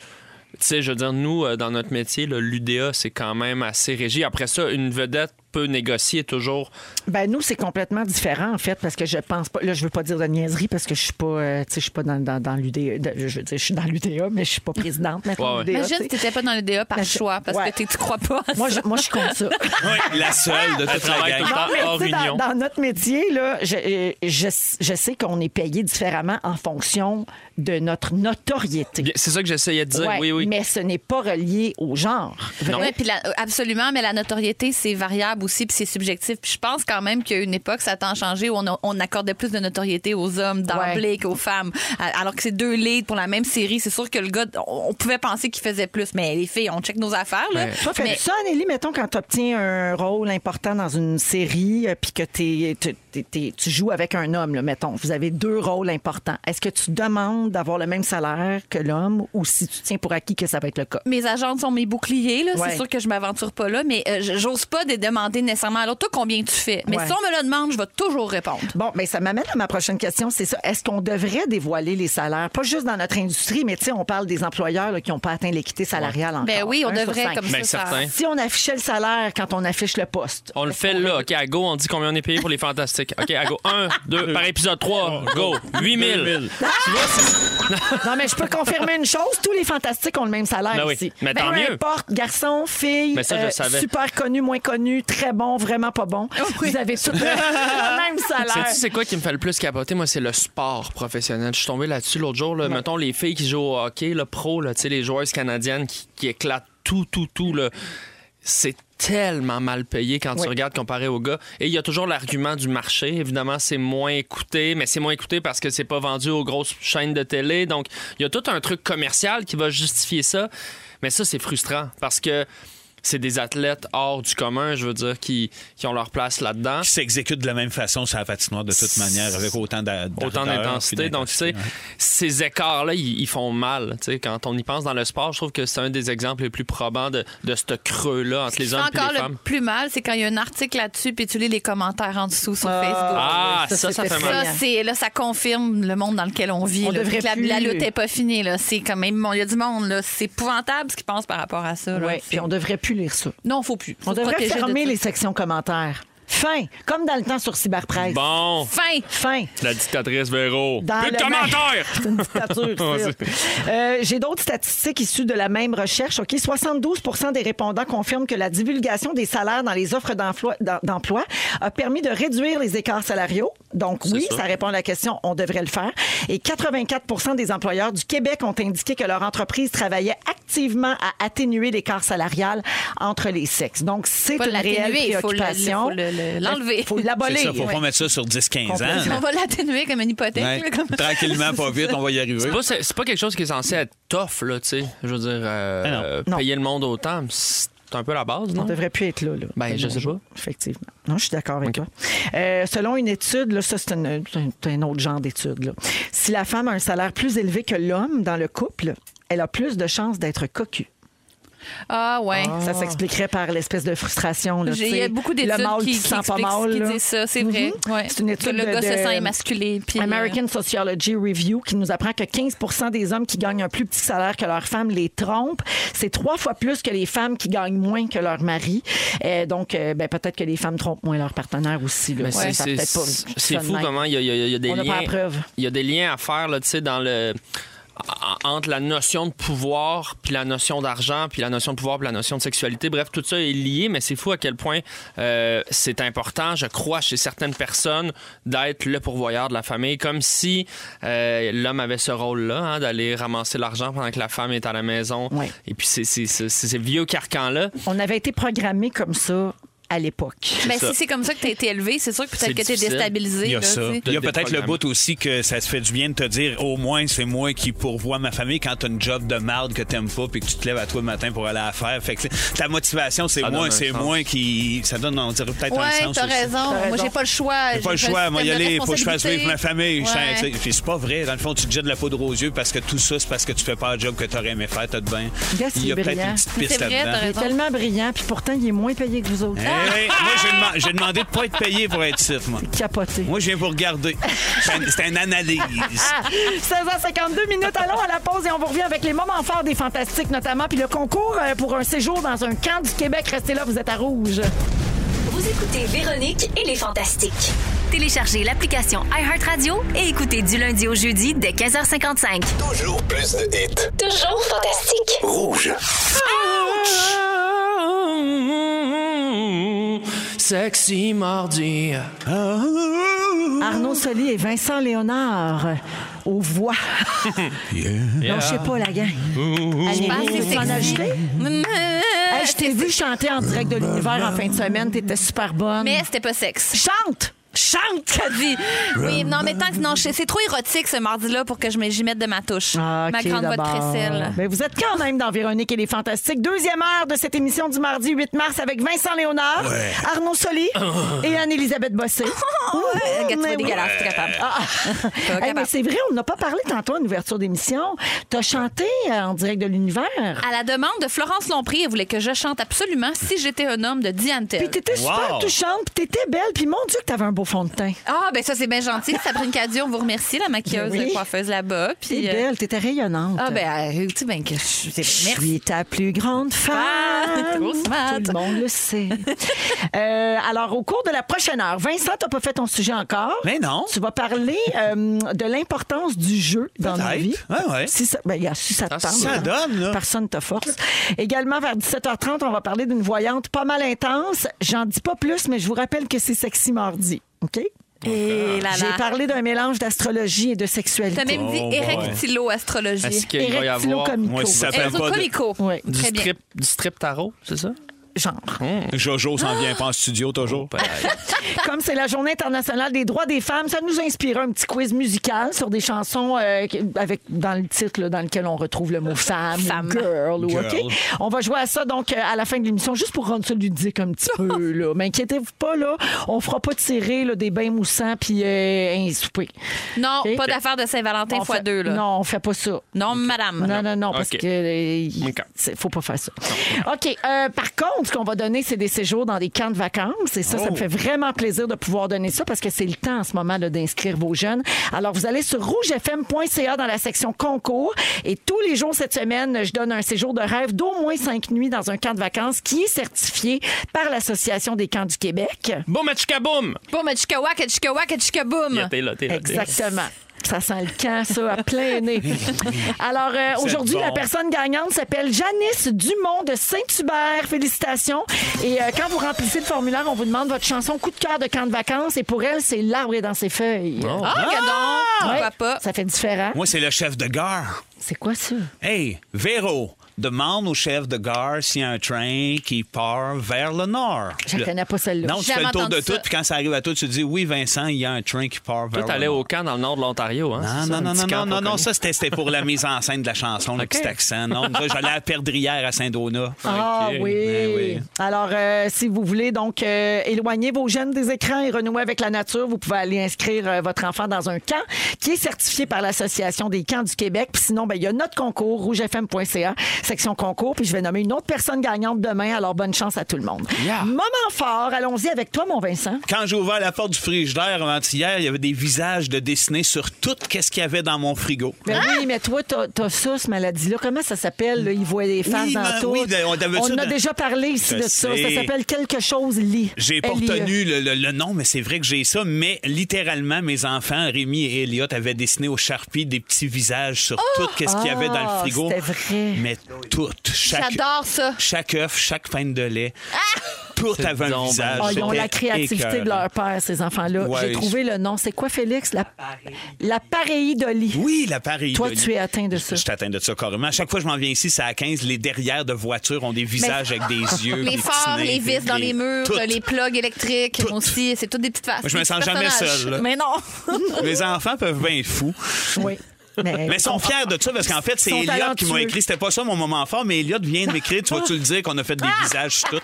L: Tu sais, je veux dire, nous, euh, dans notre métier, là, l'UDA, c'est quand même assez régi. Après ça, une vedette peut négocier toujours.
F: Ben nous, c'est complètement différent, en fait, parce que je pense pas. Là, je veux pas dire de niaiserie parce que je suis pas, euh, tu sais, je suis pas dans, dans, dans l'UDA. de- Je veux dire, je suis dans l'UDA, mais je suis pas présidente maintenant.
L: Ouais, ouais.
F: de l'UDA,
E: Imagine
F: tu
E: si
F: sais.
E: t'étais pas dans le DA par
F: Ben, je-
E: choix, parce
F: ouais.
E: que t'es- tu crois pas à
F: Moi,
E: ça.
F: je, moi, je suis contre ça.
D: Oui, la seule de toute
L: Elle
D: la
L: travaille
D: gang.
L: tout le temps.
F: Non, mais
L: hors
F: tu sais, dans,
L: union.
F: dans notre métier, là, je, euh, je, je sais qu'on est payé différemment en fonction de notre notoriété.
L: Bien, C'est ça que j'essayais de dire,
F: Ouais,
L: oui, oui.
F: Mais ce n'est pas relié au genre.
L: Non.
E: Ouais, puis la- absolument, mais la notoriété, c'est variable coupable aussi, puis c'est subjectif. Puis je pense quand même qu'il y a une époque, ça a tant changé, où on, a- on accordait plus de notoriété aux hommes d'emblée qu'aux femmes. A- Alors que c'est deux leads pour la même série, c'est sûr que le gars, on, on pouvait penser qu'il faisait plus. Mais les filles, on check nos affaires. Là.
F: Toi, fais
E: Mais-
F: ça, Nelly, mettons, quand tu obtiens un rôle important dans une série, euh, puis que t'es- t'es- t'es- t'es- tu joues avec un homme, là, mettons, vous avez deux rôles importants. Est-ce que tu demandes d'avoir le même salaire que l'homme ou si tu tiens pour acquis que ça va être le cas?
E: Mes agentes sont mes boucliers, là.
F: Ouais.
E: C'est sûr que je m'aventure pas là, mais euh, j- j'ose pas de demander nécessairement à l'autre, toi, combien tu fais. Mais
F: Ouais.
E: si on me le demande, je vais toujours répondre.
F: Bon, mais ça m'amène à ma prochaine question, c'est ça. Est-ce qu'on devrait dévoiler les salaires, pas juste dans notre industrie, mais tu sais, on parle des employeurs là, qui n'ont pas atteint l'équité salariale encore.
E: Ben oui, on
F: Un sur
E: devrait,
F: cinq.
E: comme
L: Ben, ça, ça- certain.
F: Si on affichait le salaire quand on affiche le poste.
L: On le fait là. OK, à go, on dit combien on est payé pour les fantastiques. OK, à go. 1, 2, par épisode 3, go. 8000.
F: non, mais je peux confirmer une chose, tous les fantastiques ont le même salaire
L: Ben oui,
F: ici.
L: mais tant
F: Peu
L: mieux.
F: importe, garçon, fille, euh,
L: Mais ça, je le savais.
F: super connu, moins connu, très bon, vraiment pas bon.
E: Ah
F: Vous avez tous le même salaire.
L: Sais-tu c'est quoi qui me fait le plus capoter? Moi, c'est le sport professionnel. Je suis tombé là-dessus l'autre jour. là. Mettons les filles qui jouent au hockey, le pro, là, tu sais, les joueuses canadiennes qui, qui éclatent tout, tout, tout. là. C'est tellement mal payé quand
J: Oui.
L: tu regardes comparé aux gars. Et il y a toujours l'argument du marché. Évidemment, c'est moins écouté, mais c'est moins écouté parce que c'est pas vendu aux grosses chaînes de télé. Donc, il y a tout un truc commercial qui va justifier ça. Mais ça, c'est frustrant parce que c'est des athlètes hors du commun, je veux dire, qui, qui ont leur place là-dedans.
D: Qui s'exécute de la même façon sur la patinoire de toute manière, avec autant d'a-
L: Autant
D: d'ardeur,
L: d'intensité.
D: puis
L: Donc, tu sais, ces écarts-là, ils, ils font mal. Tu sais, quand on y pense dans le sport, je trouve que c'est un des exemples les plus probants de, de ce creux-là entre les
E: Ce qui
L: hommes
E: fait
L: et
E: encore
L: les
E: le
L: femmes.
E: plus mal, c'est quand il y a un article là-dessus, puis tu lis les commentaires en dessous sur Facebook.
L: Ah, ça, ça, ça fait mal.
E: Ça, c'est- là, ça confirme le monde dans lequel on vit.
F: On
E: là.
F: devrait
E: Que la,
F: plus-
E: la lutte n'est pas finie. Là. C'est quand même, il y a du monde. Là. C'est épouvantable ce qu'ils pensent par rapport à ça. là.
F: Oui, puis on devrait plus lire ça.
E: Non, faut plus. Faut
F: On
E: se
F: devrait
E: protéger de
F: fermer
E: ça.
F: les sections commentaires. Fin, comme dans le temps sur Cyberpresse.
L: Bon.
E: Fin.
F: Fin.
L: La dictatrice Véro.
F: Dans
L: Plus de
F: le
L: commentaires!
F: C'est une dictature. c'est ça. Euh, J'ai d'autres statistiques issues de la même recherche. Ok, 72 des répondants confirment que la divulgation des salaires dans les offres d'emploi- d'em- d'emploi a permis de réduire les écarts salariaux. Donc oui,
O: ça.
F: ça. répond à la question, on devrait le faire. Et 84 des employeurs du Québec ont indiqué que leur entreprise travaillait activement à atténuer l'écart salarial entre les sexes. Donc c'est
E: Faut
F: une réelle
E: l'atténuer, faut le-
F: préoccupation.
E: faut le- le- l'enlever.
F: Faut
D: C'est
F: l'abolir.
D: ça, faut pas
F: Ouais.
D: mettre ça sur 10-15
E: On
L: Ah.
D: ans.
E: va l'atténuer comme une hypothèque.
D: Ouais.
E: là, comme-
D: Tranquillement, pas vite, on va y arriver.
L: C'est pas, c'est pas quelque chose qui est censé être tough, là, tu sais. Je veux dire, euh, euh, payer le monde autant, c'est un peu la base,
F: On
L: non?
F: devrait plus être là. là.
L: Ben, je
F: Bonjour.
L: sais pas.
F: Effectivement. Non, je suis d'accord avec toi. Euh, selon une étude, là, ça, c'est une- c'est un, c'est un autre genre d'étude. là. Si la femme a un salaire plus élevé que l'homme dans le couple, elle a plus de chances d'être cocu.
E: Ah, ouais.
F: Ça s'expliquerait par l'espèce de frustration. là,
E: J'ai-
F: tu
E: Il y a
F: sais,
E: beaucoup d'études
F: Le mâle
E: qui,
F: qui,
E: qui
F: sent pas
E: expliquent ce
F: mal.
E: qui
F: là. Mm-hmm. Mhm.
E: disent ça, c'est vrai. Ouais.
F: C'est une étude
E: que le
F: de-
E: gars se
F: de-
E: sent émasculé. puis, euh,
F: American Sociology Review qui nous apprend que 15 des hommes qui gagnent un plus petit salaire que leur femme les trompent. C'est trois fois plus que les femmes qui gagnent moins que leur mari. Euh, donc, euh, ben, peut-être que les femmes trompent moins leur partenaire aussi. là.
L: Mais
F: Ouais,
L: c'est-
F: ça
L: c'est
F: peut-être pas-
L: c'est
F: ça de
L: fou
F: même.
L: comment il y a, il y a- il y a des
F: On n'a pas
L: liens.
F: la preuve.
L: Il y a des liens à faire là, tu sais, dans le en- entre la notion de pouvoir puis la notion d'argent puis la notion de pouvoir puis la notion de sexualité bref tout ça est lié mais c'est fou à quel point euh, c'est important je crois chez certaines personnes d'être le pourvoyeur de la famille comme si euh, l'homme avait ce rôle là d'aller ramasser l'argent pendant que la femme est à la maison et puis c'est c'est- c'est- c'est ces vieux carcans là
F: On avait été programmés comme ça à l'époque.
E: Ben,
L: ça.
E: si c'est comme ça que tu as été élevé, c'est sûr que
L: C'est
E: peut-être que tu es
L: difficile.
E: déstabilisé.
D: Il y a
E: là,
D: ça.
E: tu sais.
D: Il y a peut-être le bout aussi que ça se fait du bien de te dire au moins c'est moi qui pourvois ma famille quand t'as une job de marde que t'aimes pas puis que tu te lèves à toi le matin pour aller à la faire. Fait que ta motivation c'est
L: Ça
D: moi,
L: donne un
D: c'est
L: sens.
D: moi qui ça donne on dirait peut-être un
E: Ouais,
D: sens.
E: t'as
D: aussi.
E: raison. Moi, j'ai pas le choix.
D: J'ai pas le
E: J'ai
D: choix,
E: un
D: moi y
E: système de
D: aller, faut que je fasse
E: responsabilité.
D: vivre ma famille. Je
E: Ouais.
D: sens- tu sais, puis c'est pas vrai. Dans le fond, tu te jettes de la poudre aux yeux parce que tout ça, c'est parce que tu fais pas le job que t'aurais aimé faire, t'as de bien.
F: Gars, c'est
D: Il y a peut-être
F: brillant.
D: une petite piste
F: Il est
D: là-dedans.
F: tellement brillant, puis pourtant, il est moins payé que vous autres.
D: Eh oui, moi, j'ai deman- j'ai demandé de pas être payé pour être ici, moi.
F: Capoté.
D: Moi, je viens pour regarder. C'est un- C'est une analyse.
F: 16h52 minutes, allons à la pause et on vous revient avec les moments forts des Fantastiques notamment, puis le concours euh, pour un séjour dans un camp du Québec. Restez là, vous êtes à rouge.
B: Vous écoutez Véronique et les Fantastiques.
A: Téléchargez l'application iHeartRadio et écoutez du lundi au jeudi dès 15h55.
P: Toujours plus de hits.
B: Toujours fantastique.
P: Rouge.
L: Sexy mardi.
F: Arnaud Soli et Vincent Léonard euh, aux voix.
L: yeah.
F: Non, je sais pas, la gang.
E: Je
F: Allez,
E: pense que
F: vous
E: c'est
F: en
E: sexy.
F: ajoutez?
E: Mm, euh,
F: Hey, je t'ai vu chanter en direct de l'univers en fin de semaine. T'étais super bonne.
E: Mais c'était pas sexe.
F: Chante! Chante, Caddy!
E: Oui, non, mais tant que non, je- c'est trop érotique ce mardi-là pour que je me- j'y mette de ma touche. ma grande voix de crécelle.
F: Ah, Mais vous êtes quand même dans Véronique et les Fantastiques. Deuxième heure de cette émission du mardi 8 mars avec Vincent Léonard,
E: Ouais.
F: Arnaud Soli et Anne-Élisabeth Bossé. Ouh,
E: regarde, tu
F: mais
E: vas dégueulasse,
F: oui.
E: t'es capable.
F: Ah, ah.
E: T'es
F: Hey, mais
E: capable.
F: c'est vrai, on n'a pas parlé tantôt en ouverture d'émission. T'as chanté euh, en direct de l'univers.
E: À la demande de Florence Lompré, elle voulait que je chante absolument si j'étais un homme de Diane Tell.
F: Puis t'étais super touchante, puis t'étais belle, puis mon Dieu que t'avais un beau fond de teint.
E: Ah, ben ça, c'est bien gentil. Sabrine Cadio, on vous remercie, la maquilleuse,
F: Ben oui.
E: la coiffeuse là-bas. Puis,
F: T'es
E: euh,
F: belle, t'étais rayonnante.
E: Ah, ben, euh, tu sais, ben, que je suis.
F: Je suis ta plus grande
E: Ah,
F: fan.
E: grosse fan.
F: Tout le monde le sait. Euh, alors, au cours de la prochaine heure, Vincent, t'as pas fait ton sujet encore. Mais non. Tu vas parler euh, de l'importance du jeu dans nos
D: Peut-être.
F: vies.
D: Ouais, ouais.
F: Si ça, ben, regarde, si ça te
D: Ah,
F: tente.
D: si ça
F: hein.
D: donne, là.
F: Personne te force. Également, vers 17h30, on va parler d'une voyante pas mal intense. J'en dis pas plus, mais je vous rappelle que c'est Sexy Mardi. OK?
E: Et là là.
F: J'ai parlé d'un mélange d'astrologie et de sexualité.
E: T'as même dit érectilo-astrologie.
L: Oh, Est-ce qu'il va y avoir
F: Moi, si ça s'appelle pas de-
E: Comico.
F: Oui.
L: du,
E: Euh, Très bien.
L: strip, du strip tarot, c'est ça?
F: Genre.
D: Hmm. Jojo s'en vient pas en studio toujours.
F: Comme c'est la Journée internationale des droits des femmes, ça nous a inspiré un petit quiz musical sur des chansons euh, avec dans le titre là, dans lequel on retrouve le mot femme, ou girl, ou
O: Girl.
F: ok. On va jouer à ça donc euh, à la fin de l'émission juste pour rendre ça ludique un petit peu là. Mais inquiétez-vous pas là, on fera pas tirer là, des bains moussants puis euh, un souper.
E: Non,
F: Ok?
E: pas d'affaire de Saint-Valentin
F: On
E: fois
F: fait-
E: deux, là.
F: Non, on fait pas ça.
E: Non, madame.
F: Non, non, non, parce
E: OK.
F: que euh, il- c'est- faut pas faire ça. OK. euh, par contre, ce qu'on va donner, c'est des séjours dans des camps de vacances. Et ça, ça me fait vraiment plaisir de pouvoir donner ça parce que c'est le temps en ce moment là, d'inscrire vos jeunes. Alors, vous allez sur rougefm.ca dans la section concours. Et tous les jours cette semaine, je donne un séjour de rêve d'au moins cinq nuits dans un camp de vacances qui est certifié par l'Association des camps du Québec.
L: Boum, atchika, boum!
E: Boum, atchikawak, atchikawak, atchikaboum.
L: Yeah, T'es là, t'es là. t'es là.
F: Exactement. Ça sent le camp, ça, à plein nez. Alors, euh,
L: C'est
F: aujourd'hui,
L: bon.
F: la personne gagnante s'appelle Janice Dumont de Saint-Hubert. Félicitations. Et euh, quand vous remplissez le formulaire, on vous demande votre chanson coup de cœur de camp de vacances. Et pour elle, c'est L'arbre est dans ses feuilles.
D: Oh.
E: Ah, regarde donc, pourquoi pas.
F: Ça fait différent.
D: Ah. Moi, c'est le chef de gare.
F: C'est quoi ça?
D: Hey, Véro, demande au chef de gare s'il y a un train qui part vers le nord.
F: Je
D: Le-
F: connais pas celle-là.
D: Non, tu fais le tour de tout, puis quand ça arrive à tout, tu dis oui, Vincent, il y a un train qui part
L: Toi,
D: vers le
L: t'allais
D: nord.
L: au camp dans le nord de l'Ontario, hein?
D: Non,
L: c'est ça,
D: non,
L: un
D: non,
L: petit
D: non,
L: camp
D: non, non,
L: pas
D: non, ça c'était c'était pour la mise en scène de la chanson, le petit accent. Non, moi, j'allais à Perdrière à Saint-Donat.
F: Ah oui.
D: Eh
F: Alors, euh, si vous voulez donc euh, éloigner vos jeunes des écrans et renouer avec la nature, vous pouvez aller inscrire euh, votre enfant dans un camp qui est certifié par l'Association des camps du Québec. Puis sinon, ben, il y a notre concours, rougefm.ca, section concours. Puis je vais nommer une autre personne gagnante demain. Alors, bonne chance à tout le monde. Moment fort, allons-y avec toi, mon Vincent.
D: Quand j'ai ouvert la porte du frigidaire avant-hier, il y avait des visages de Disney sur tout qu'est-ce qu'il y avait dans mon frigo.
F: Ben oui, mais toi, t'as t'as ça, ce maladie-là. Comment ça s'appelle? là? Ils voient les faces
D: Oui,
F: dans
D: ben
F: tout.
D: oui, ben, on avait ça
F: en a
D: dans-
F: déjà parlé ici
D: Je
F: de ça. Ça
D: sais.
F: s'appelle quelque chose lit.
D: J'ai pas
F: L-I-E.
D: retenu le, le- le nom, mais c'est vrai que j'ai ça. Mais littéralement, mes enfants, Rémi et Elliot, avaient dessiné au Sharpie des petits visages sur tout quest ce qu'il y avait dans le
F: Oh! Ah,
D: frigo.
F: c'était vrai.
D: Mais tout. Chaque,
E: J'adore ça.
D: Chaque œuf, chaque painte de lait. Tout avait un visage.
F: Ah, ils ont
D: C'était
F: la créativité
D: écœurant.
F: de leur père, ces enfants-là.
D: Ouais,
F: J'ai trouvé le nom. C'est quoi, Félix? La, la pareidolie.
D: Oui, la pareidolie.
F: Toi, tu es atteint de ça.
D: Je suis atteint de ça carrément. À chaque fois que je m'en viens ici, c'est à 15. Les derrières de voitures ont des visages avec des yeux.
E: Les
D: des
E: phares,
D: petits nez,
E: les vis dans les murs,
D: tout.
E: les plugs électriques, moi aussi, c'est toutes des petites faces.
D: Moi, je me
E: des
D: sens
E: petits
D: jamais
E: personnages.
D: seul, là.
E: Mais non.
D: Mes enfants peuvent bien être fous.
F: Oui. Mais
D: Mais ils sont fiers de ça parce qu'en fait, c'est
F: Ils sont
D: Elliot qui m'a
F: talentueux.
D: écrit. C'était pas ça mon moment fort, mais Elliot vient de m'écrire. Tu vas-tu le dire qu'on a fait des visages sur tout?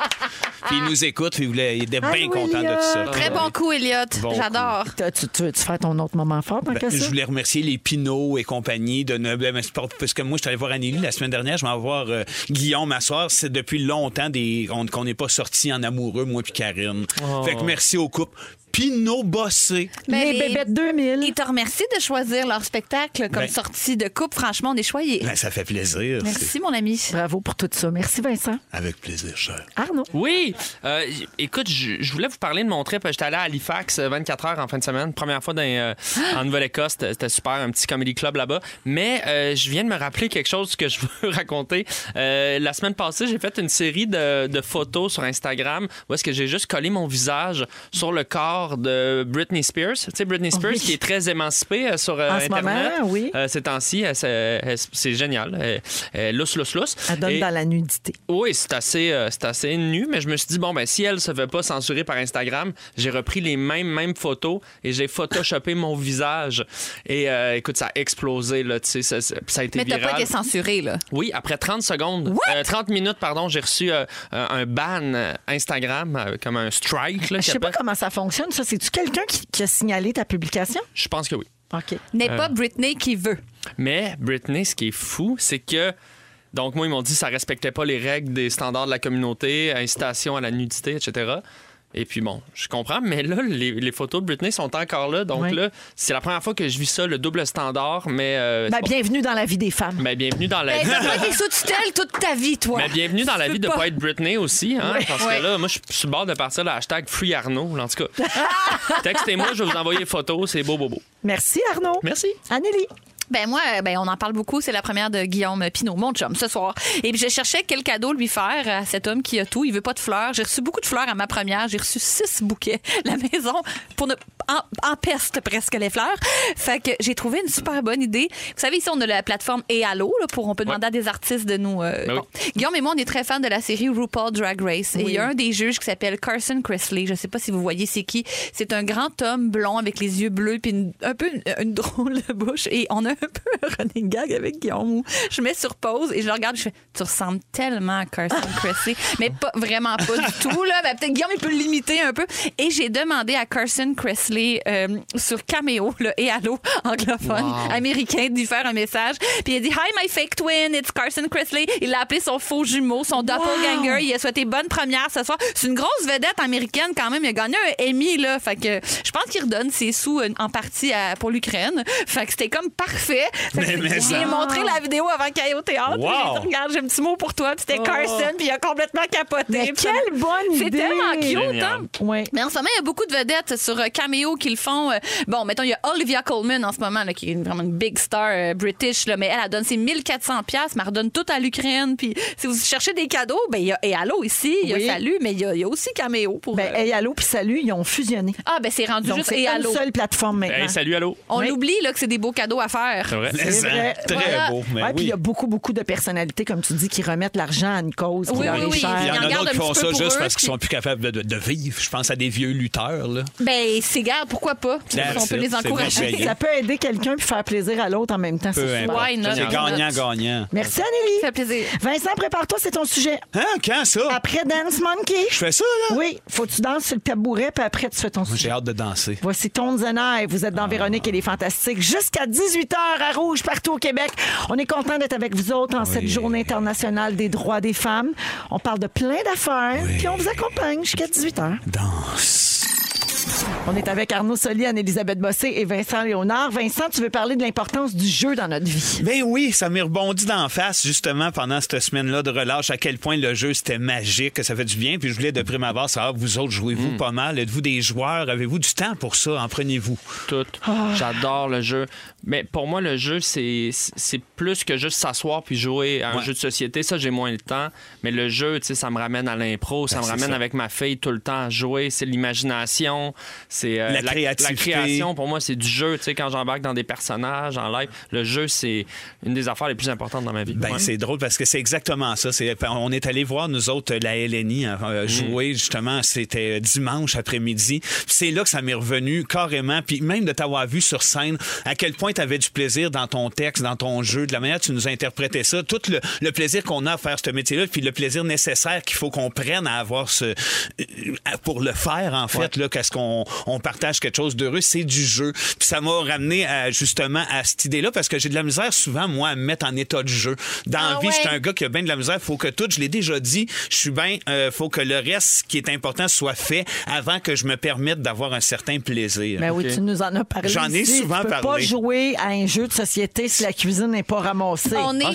D: Puis il nous écoute, puis il, voulait- il était bien
F: Allô,
D: content de tout ça.
E: Très bon coup, Elliot.
D: Bon
E: J'adore.
F: T'as- Tu, tu veux-tu faire ton autre moment fort, tant
D: Ben,
F: que ça?
D: je voulais remercier les Pinots et compagnie de ne... ben, c'est pas- parce que moi je suis allé voir Anneli la semaine dernière, je vais en voir euh, Guillaume ma soeur, c'est depuis longtemps des on- qu'on n'est pas sortis en amoureux moi puis Karine.
L: Oh.
D: Fait que merci au couple Pinot bossé.
E: Ben,
F: les bébêtes 2000.
E: Ils te remercient de choisir leur spectacle comme
D: Ben-
E: sortie de coupe. Franchement, on est choyés.
D: Ben, ça fait plaisir.
E: Merci, mon ami.
F: Bravo pour tout ça. Merci, Vincent.
D: Avec plaisir, cher.
F: Arnaud.
L: Oui, oui. Euh, j- écoute, je je voulais vous parler de mon trip. J'étais allé à Halifax euh, 24 heures en fin de semaine. Première fois dans, euh, en Nouvelle-Écosse. C'était c'était super, un petit comedy club là-bas. Mais euh, je viens de me rappeler quelque chose que je veux raconter. Euh, la semaine passée, j'ai fait une série de, de photos sur Instagram où est-ce que j'ai juste collé mon visage sur le corps de Britney Spears. Tu sais, Britney Spears
F: Oh Oui.
L: qui est très émancipée euh, sur euh,
F: En ce
L: Internet.
F: moment, oui.
L: Euh, ces temps-ci, euh, c'est- euh, c'est génial. Euh, euh, lousse, lousse, lousse.
O: Elle donne
L: Et-
O: dans la nudité.
L: oui, c'est assez, euh, c'est assez nu, mais je me suis dit, bon, ben, si elle se fait pas censurer par Instagram, j'ai repris les mêmes, mêmes photos et j'ai photoshopé mon visage. Et euh, écoute, ça a explosé, là, tu sais, ça, ça- ça a été
E: Mais t'as
L: viral.
E: pas été censuré, là.
L: Oui, après 30 secondes, euh, 30 minutes, pardon, j'ai reçu euh, euh, un ban euh, Instagram, euh, comme un strike. Là,
F: Ah, Je sais
L: qu'il
F: pas
L: appelle.
F: comment ça fonctionne, ça. C'est-tu quelqu'un qui, qui a signalé ta publication?
L: Je pense que oui.
F: OK.
E: N'est
L: Euh.
E: pas Britney qui veut.
L: Mais Britney, ce qui est fou, c'est que. Donc, moi, ils m'ont dit que ça respectait pas les règles des standards de la communauté, incitation à la nudité, etc. Et puis bon, je comprends, mais là, les, les photos de Britney sont encore là. Donc là, c'est la première fois que je vis ça, le double standard, mais. euh,
F: Ben,
L: bon.
F: bienvenue dans la vie des femmes.
L: Ben, bienvenue dans la
E: Hey,
L: vie.
E: t'as pas été sous tutelle toute ta vie, toi.
L: Mais bienvenue dans la vie de pas être Britney aussi, hein,
E: Ouais.
L: parce
E: Ouais.
L: que là, moi, je suis sur le bord de partir le hashtag Free Arnaud, en tout cas. Textez-moi, je vais vous envoyer les photos, c'est beau, beau, beau.
F: Merci, Arnaud.
L: Merci.
F: Anneli.
E: Ben moi, euh, ben on en parle beaucoup. C'est la première de Guillaume Pinot, mon chum, ce soir. Et puis je cherchais quel cadeau lui faire à cet homme qui a tout. Il veut pas de fleurs. J'ai reçu beaucoup de fleurs à ma première. J'ai reçu six bouquets. La maison pour ne en, en peste presque les fleurs. Fait que j'ai trouvé une super bonne idée. Vous savez ici on a la plateforme et Allo là, pour on peut demander à des artistes de nous. euh,
L: Ben
E: bon. Guillaume et moi on est très fans de la série RuPaul Drag Race. Et il y a un des juges qui s'appelle Carson Kressley. Je sais pas si vous voyez c'est qui. C'est un grand homme blond avec les yeux bleus puis une- un peu une, une drôle de bouche. Et on a un peu un running gag avec Guillaume où je mets sur pause et je le regarde. Je fais Tu ressembles tellement à Carson Kressley. Mais pas vraiment pas du tout. là. Ben, Peut-être Guillaume il peut l'imiter un peu. Et j'ai demandé à Carson Kressley euh, sur Cameo là, et Allo anglophone
Q: Wow.
E: américain d'y faire un message. Puis il a dit Hi, my fake twin, it's Carson Kressley. Il l'a appelé son faux jumeau, son doppelganger. Il a souhaité bonne première ce soir. C'est une grosse vedette américaine quand même. Il a gagné un Emmy, là. Fait que je pense qu'il redonne ses sous euh, en partie à- pour l'Ukraine. Fait que c'était comme parfait. Fait que
L: Mais- mais
E: J'ai
L: ça-
E: montré la vidéo avant qu'il aille au théâtre.
L: Wow.
E: J'ai dit, Regarde, j'ai un petit mot pour toi. Puis c'était
F: Oh.
E: Carson, puis il a complètement capoté.
F: Mais
E: Puis-
F: quelle bonne idée!
E: C'est tellement cute,
F: Génial.
E: hein? Mais en ce moment, il y a beaucoup de vedettes sur euh, Cameo qui le font. Euh, Bon, mettons, il y a Olivia Colman en ce moment, là, qui est une- vraiment une big star euh, british, là, mais elle, elle donne ses 1400 pièces, mais elle redonne tout à l'Ukraine. Puis si vous cherchez des cadeaux, ben il y a et Allô ici, il y a
F: Oui.
E: Salut, mais il y, a- il y a aussi Cameo pour...
F: Ben,
E: euh,
F: hey, Allô puis Salut, ils ont fusionné.
E: Ah, ben c'est rendu
F: Donc,
E: juste
F: c'est
E: et
F: une
E: Allô.
F: seule plateforme maintenant.
L: Hey, salut, allô.
E: On oublie là, que c'est des beaux cadeaux à faire.
D: Ah
L: C'est vrai.
F: C'est vrai.
D: Très
F: Voilà.
D: beau, Oh, mais
F: Ouais,
D: oui.
F: Puis il y a beaucoup, beaucoup de personnalités, comme tu dis, qui remettent l'argent à une cause qui
E: Oui,
F: leur
E: oui,
F: est
E: oui.
F: chère.
D: Il y en
E: en
D: a
E: garde
D: d'autres qui
E: Ah, un
D: font
E: petit
D: ça
E: peu pour
D: juste
E: eux,
D: parce qu'ils
E: puis-
D: sont plus capables de, de- de vivre. Je pense à des vieux lutteurs. Là.
E: Ben, c'est gare, pourquoi pas?
D: That's
E: on peut
D: it,
E: les
D: Ben, c'est
E: encourager.
D: merveilleux.
F: Ça peut aider quelqu'un puis faire plaisir à l'autre en même temps.
D: Peu
F: super.
D: importe. C'est gagnant-gagnant.
F: Merci, Anneli. Ça
E: fait plaisir.
F: Vincent, prépare-toi, c'est ton sujet.
D: Hein? Quand ça?
E: Ah.
F: Après Dance Monkey. Je
D: fais ça, là?
F: Oui. Faut que tu danses sur le tabouret, puis après, tu fais ton
D: Moi,
F: sujet.
D: J'ai hâte de danser.
F: Voici Tones and I. Vous êtes dans Véronique et les Fantastiques jusqu'à 18h à Rouge, partout au Québec. On est content d'être avec vous autres en cette journée internationale des droits des femmes. On parle de plein d'affaires, puis on vous accompagne jusqu'à 18h.
D: Danse.
F: On est avec Arnaud Soli, Anne-Elisabeth Bossé et Vincent Léonard. Vincent, tu veux parler de l'importance du jeu dans notre vie?
D: Ben oui, ça m'est rebondi d'en face, justement, pendant cette semaine-là de relâche, à quel point le jeu, c'était magique, que ça fait du bien. Puis je voulais de prime abord savoir, vous autres, jouez-vous pas mal? Êtes-vous des joueurs? Avez-vous du temps pour ça? En prenez-vous?
L: Tout.
E: Ah.
L: J'adore le jeu. Mais pour moi, le jeu, c'est c'est plus que juste s'asseoir puis jouer à un
D: Ouais.
L: jeu de société. Ça, j'ai moins le temps. Mais le jeu, tu sais, ça me ramène à l'impro, ça
D: Ben,
L: me
D: c'est
L: ramène
D: ça.
L: avec ma fille tout le temps à jouer. C'est l'imagination, c'est euh,
D: La créativité.
L: création, pour moi, c'est du jeu. Tu sais, quand j'embarque dans des personnages, en live, le jeu, c'est une des affaires les plus importantes dans ma vie.
D: Ben,
L: Ouais.
D: c'est drôle parce que c'est exactement ça. C'est- ben, on est allé voir, nous autres, la LNI hein, euh, jouer, justement, c'était dimanche après-midi. Puis C'est là que ça m'est revenu carrément. Puis même de t'avoir vu sur scène, à quel point tu avais du plaisir dans ton texte, dans ton jeu, de la manière que tu nous interprétais ça, tout le, le plaisir qu'on a à faire ce métier-là, puis le plaisir nécessaire qu'il faut qu'on prenne à avoir ce, euh, pour le faire, en fait, là, qu'est-ce qu'on on, on partage quelque chose d'heureux, c'est du jeu. Puis ça m'a ramené à, justement à cette idée-là parce que j'ai de la misère souvent, moi, à me mettre en état de jeu. Dans la
O: Ah
D: vie, je suis
O: ouais.
D: un gars qui a bien de la misère. Faut que tout, je l'ai déjà dit, je suis bien, euh, faut que le reste qui est important soit fait avant que je me permette d'avoir un certain plaisir.
F: Ben oui, tu nous en as parlé.
D: J'en ai
F: ici.
D: souvent
F: tu peux pas
D: parlé.
F: jouer à un jeu de société si la cuisine n'est pas ramassée.
E: On
D: Ah,
E: est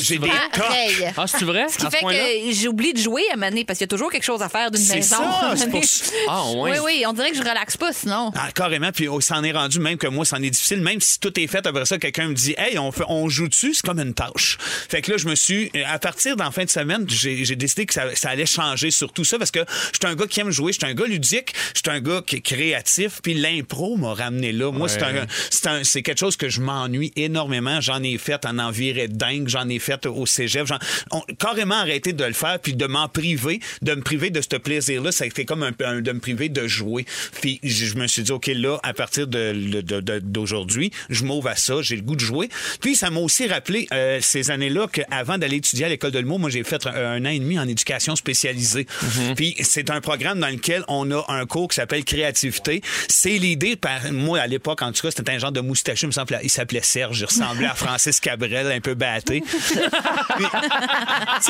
E: pareil.
L: Ah, c'est vrai?
E: Ce qui
L: À ce
E: fait
L: point-là?
E: que j'oublie de jouer à Mané parce qu'il y a toujours quelque chose à faire d'une
D: C'est
E: maison.
D: ça,
E: à
D: c'est
E: mener.
D: pour ça. Ah, ouais.
E: Oui, oui, on dirait que je relaxe pas sinon.
D: Ah, carrément, puis on s'en est rendu même que moi, c'en est difficile. Même si tout est fait, après ça, quelqu'un me dit Hey, on, fait, on joue dessus, c'est comme une tâche. Fait que là, je me suis. euh, À partir d'en fin de semaine, j'ai j'ai décidé que ça, ça allait changer sur tout ça parce que je suis un gars qui aime jouer, je suis un gars ludique, je suis un gars qui est créatif, puis l'impro m'a ramené là. Moi,
J: Ouais.
D: c'est un- c'est un- c'est quelque chose que je m'ennuie énormément. J'en ai fait en envirée dingue, j'en ai fait au cégep. J'en- on- carrément arrêté de le faire, puis de m'en priver, de me priver de ce plaisir-là. Ça a été comme un, un- de me priver de jouer. Puis je je me suis dit, OK, là, à partir de- de- de- de- d'aujourd'hui, je m'ouvre à ça, j'ai le goût de jouer. Puis ça m'a aussi rappelé euh, ces années-là qu'avant d'aller étudier à l'école de l'humour, moi, j'ai fait un, un an et demi en éducation spécialisée.
E: Mhm.
D: Puis c'est un programme dans lequel on a un cours qui s'appelle Créativité. C'est l'idée, par moi, à l'époque, en tout cas, c'était un genre de moustachu, il me semble, il s'appelait Serge, il ressemblait à Francis Cabrel, un peu batté. Tu sais,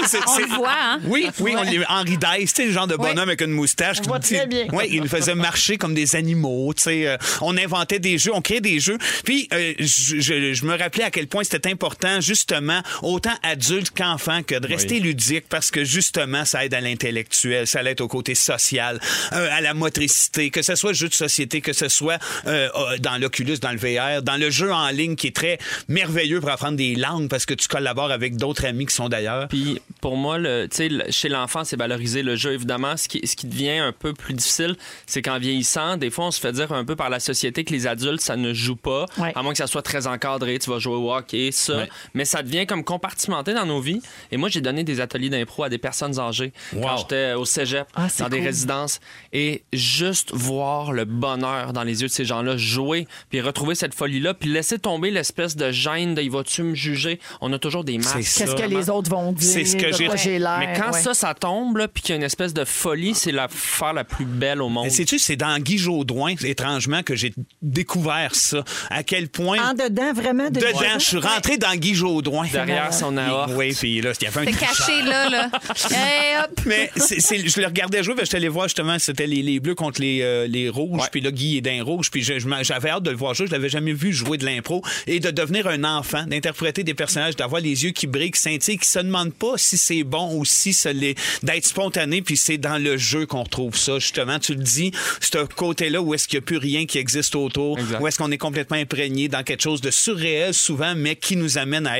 D: c'est-
E: On
D: c'est-
E: le voit, hein?
D: Oui, oui, on
E: Ouais.
D: l'a- Henri Dice, tu sais, le genre de bonhomme avec une moustache.
E: voit très bien.
D: Oui, il nous faisait marcher comme des animaux, tu sais. euh, on inventait des jeux, on créait des jeux. Puis, euh, je, je- je me rappelais à quel point c'était important, justement, autant adulte qu'enfant, que de rester
J: Oui.
D: ludique parce que, justement, ça aide à l'intellectuel, ça aide au côté social, euh, à la motricité, que ce soit jeu de société, que ce soit euh, euh, dans l'Oculus, dans le VR, dans le jeu en ligne qui est très merveilleux pour apprendre des langues parce que tu collabores avec d'autres amis qui sont d'ailleurs.
L: Puis pour moi, le, tu sais, le- chez l'enfant, c'est valoriser le jeu, évidemment. Ce qui, ce qui devient un peu plus difficile, c'est qu'en vieillissant, des fois, on se fait dire un peu par la société que les adultes, ça ne joue pas, à moins que ça soit très encadré, tu vas jouer au hockey, ça. Mais ça devient comme compartimenté dans nos vies. Et moi, j'ai donné des ateliers d'impro à des personnes âgées quand j'étais au cégep, dans des
J: cool.
L: résidences. Et juste voir le bonheur dans les yeux de ces gens-là, jouer, puis retrouver cette folie-là, puis laisser tomber l'espèce de gêne de « il va-tu me juger? » On a toujours des masques.
F: Qu'est-ce que les autres vont dire?
L: C'est ce
F: de
L: que j'ai
F: quoi j'ai l'air.
L: Mais quand
F: ouais.
L: ça, ça tombe, là, puis qu'il y a une espèce de folie, c'est l'affaire la plus belle au monde.
D: Mais sais-tu, c'est dans Guy Jodoin, étrangement, que j'ai découvert ça. À quel point.
F: En dedans, vraiment? de-
D: Dedans, je suis rentré dans Guy Jodoin.
L: Derrière son
D: aorte. Oui, puis là, il y avait un
E: C'est caché là, là. Hey, hop.
D: mais c'est- c'est- je le regardais jouer, parce que j'étais allé voir justement, c'était les, les bleus contre les, euh, les rouges, puis là, Guy est d'un rouge, puis je- je m'en- j'avais hâte de le voir jouer, je l'avais jamais vu jouer de l'impro, et de devenir un enfant, d'interpréter des personnages, d'avoir les yeux qui brillent, qui scintillent, qui se demandent pas si c'est bon ou si ça l'est, d'être spontané, puis c'est dans le jeu qu'on retrouve ça, justement. Tu le dis, ce côté-là où est-ce qu'il n'y a plus rien qui existe autour, où est-ce qu'on est complètement imprégné dans quelque chose de surréel souvent, mais qui nous amène à,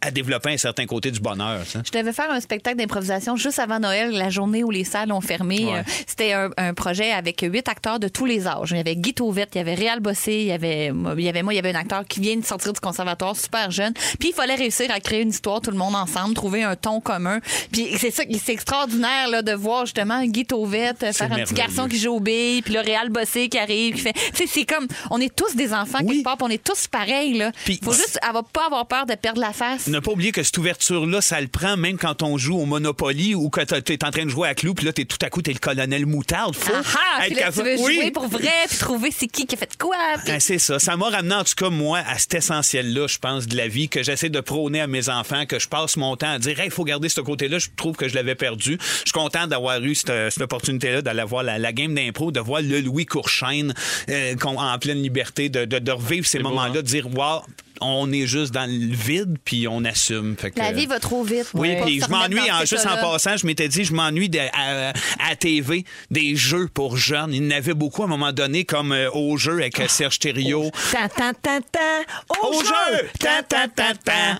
D: à développer un certain côté du bonheur. ça.
E: Je devais faire un spectacle d'improvisation juste avant Noël, la journée où les salles ont fermé.
D: Ouais.
E: Euh, C'était un, un projet avec huit acteurs de tous les âges. Il y avait Guy Tauvette, il y avait Réal Bossé, il y avait, moi- il y avait moi, il y avait un acteur qui vient de sortir du conservatoire, super jeune. Puis il fallait réussir à créer une histoire, tout le monde ensemble, trouver un ton commun. Puis c'est ça, qui- c'est extraordinaire là, de voir justement Guy Tauvette euh, faire un
Q: merveilleux.
E: petit garçon qui joue au billes, puis le Réal Bossé qui arrive, qui fait... Tu sais, c'est comme, on est tous des enfants quelque part, puis on est tous pareils. Là. faut juste avoir, pas avoir peur de perdre la face.
D: Ne pas oublier que cette ouverture-là, ça le prend même quand on joue au Monopoly ou que t'as- t'es en train de jouer à Clou, puis là, t'es tout à coup, t'es le colonel Moutarde. Faut
E: Ah, puis
D: être
E: là, tu
D: capable-
E: veux
D: Oui.
E: jouer pour vrai, puis trouver c'est qui qui a fait quoi. puis-
D: Ah, c'est ça. Ça m'a ramené, en tout cas, moi, à cet essentiel-là, je pense, de la vie, que j'essaie de prôner à mes enfants, que je passe mon temps à dire, il faut garder ce côté-là. Je trouve que je l'avais perdu. Je suis content d'avoir eu cette, cette opportunité-là, d'aller voir la, la game d'impro, de voir le Louis Courchaine euh, qu'on- en pleine liberté, de, de, de revivre ces moments-là, de dire, wow, on est juste dans le vide, puis on assume. Fait que-
E: La vie va trop vite.
D: Oui,
E: Faut
D: puis je
E: pas se remettre
D: m'ennuie
E: dans
D: en,
E: cet
D: juste en
E: état-là.
D: passant, je m'étais dit, je m'ennuie de- à, à TV des jeux pour jeunes. Il y en avait beaucoup à un moment donné, comme euh, au jeu avec euh, Serge Thériault.
F: Tan, tan, tan, tan, au,
D: Au
F: jeu!
D: jeu!
F: Tan, tan, tan, tan,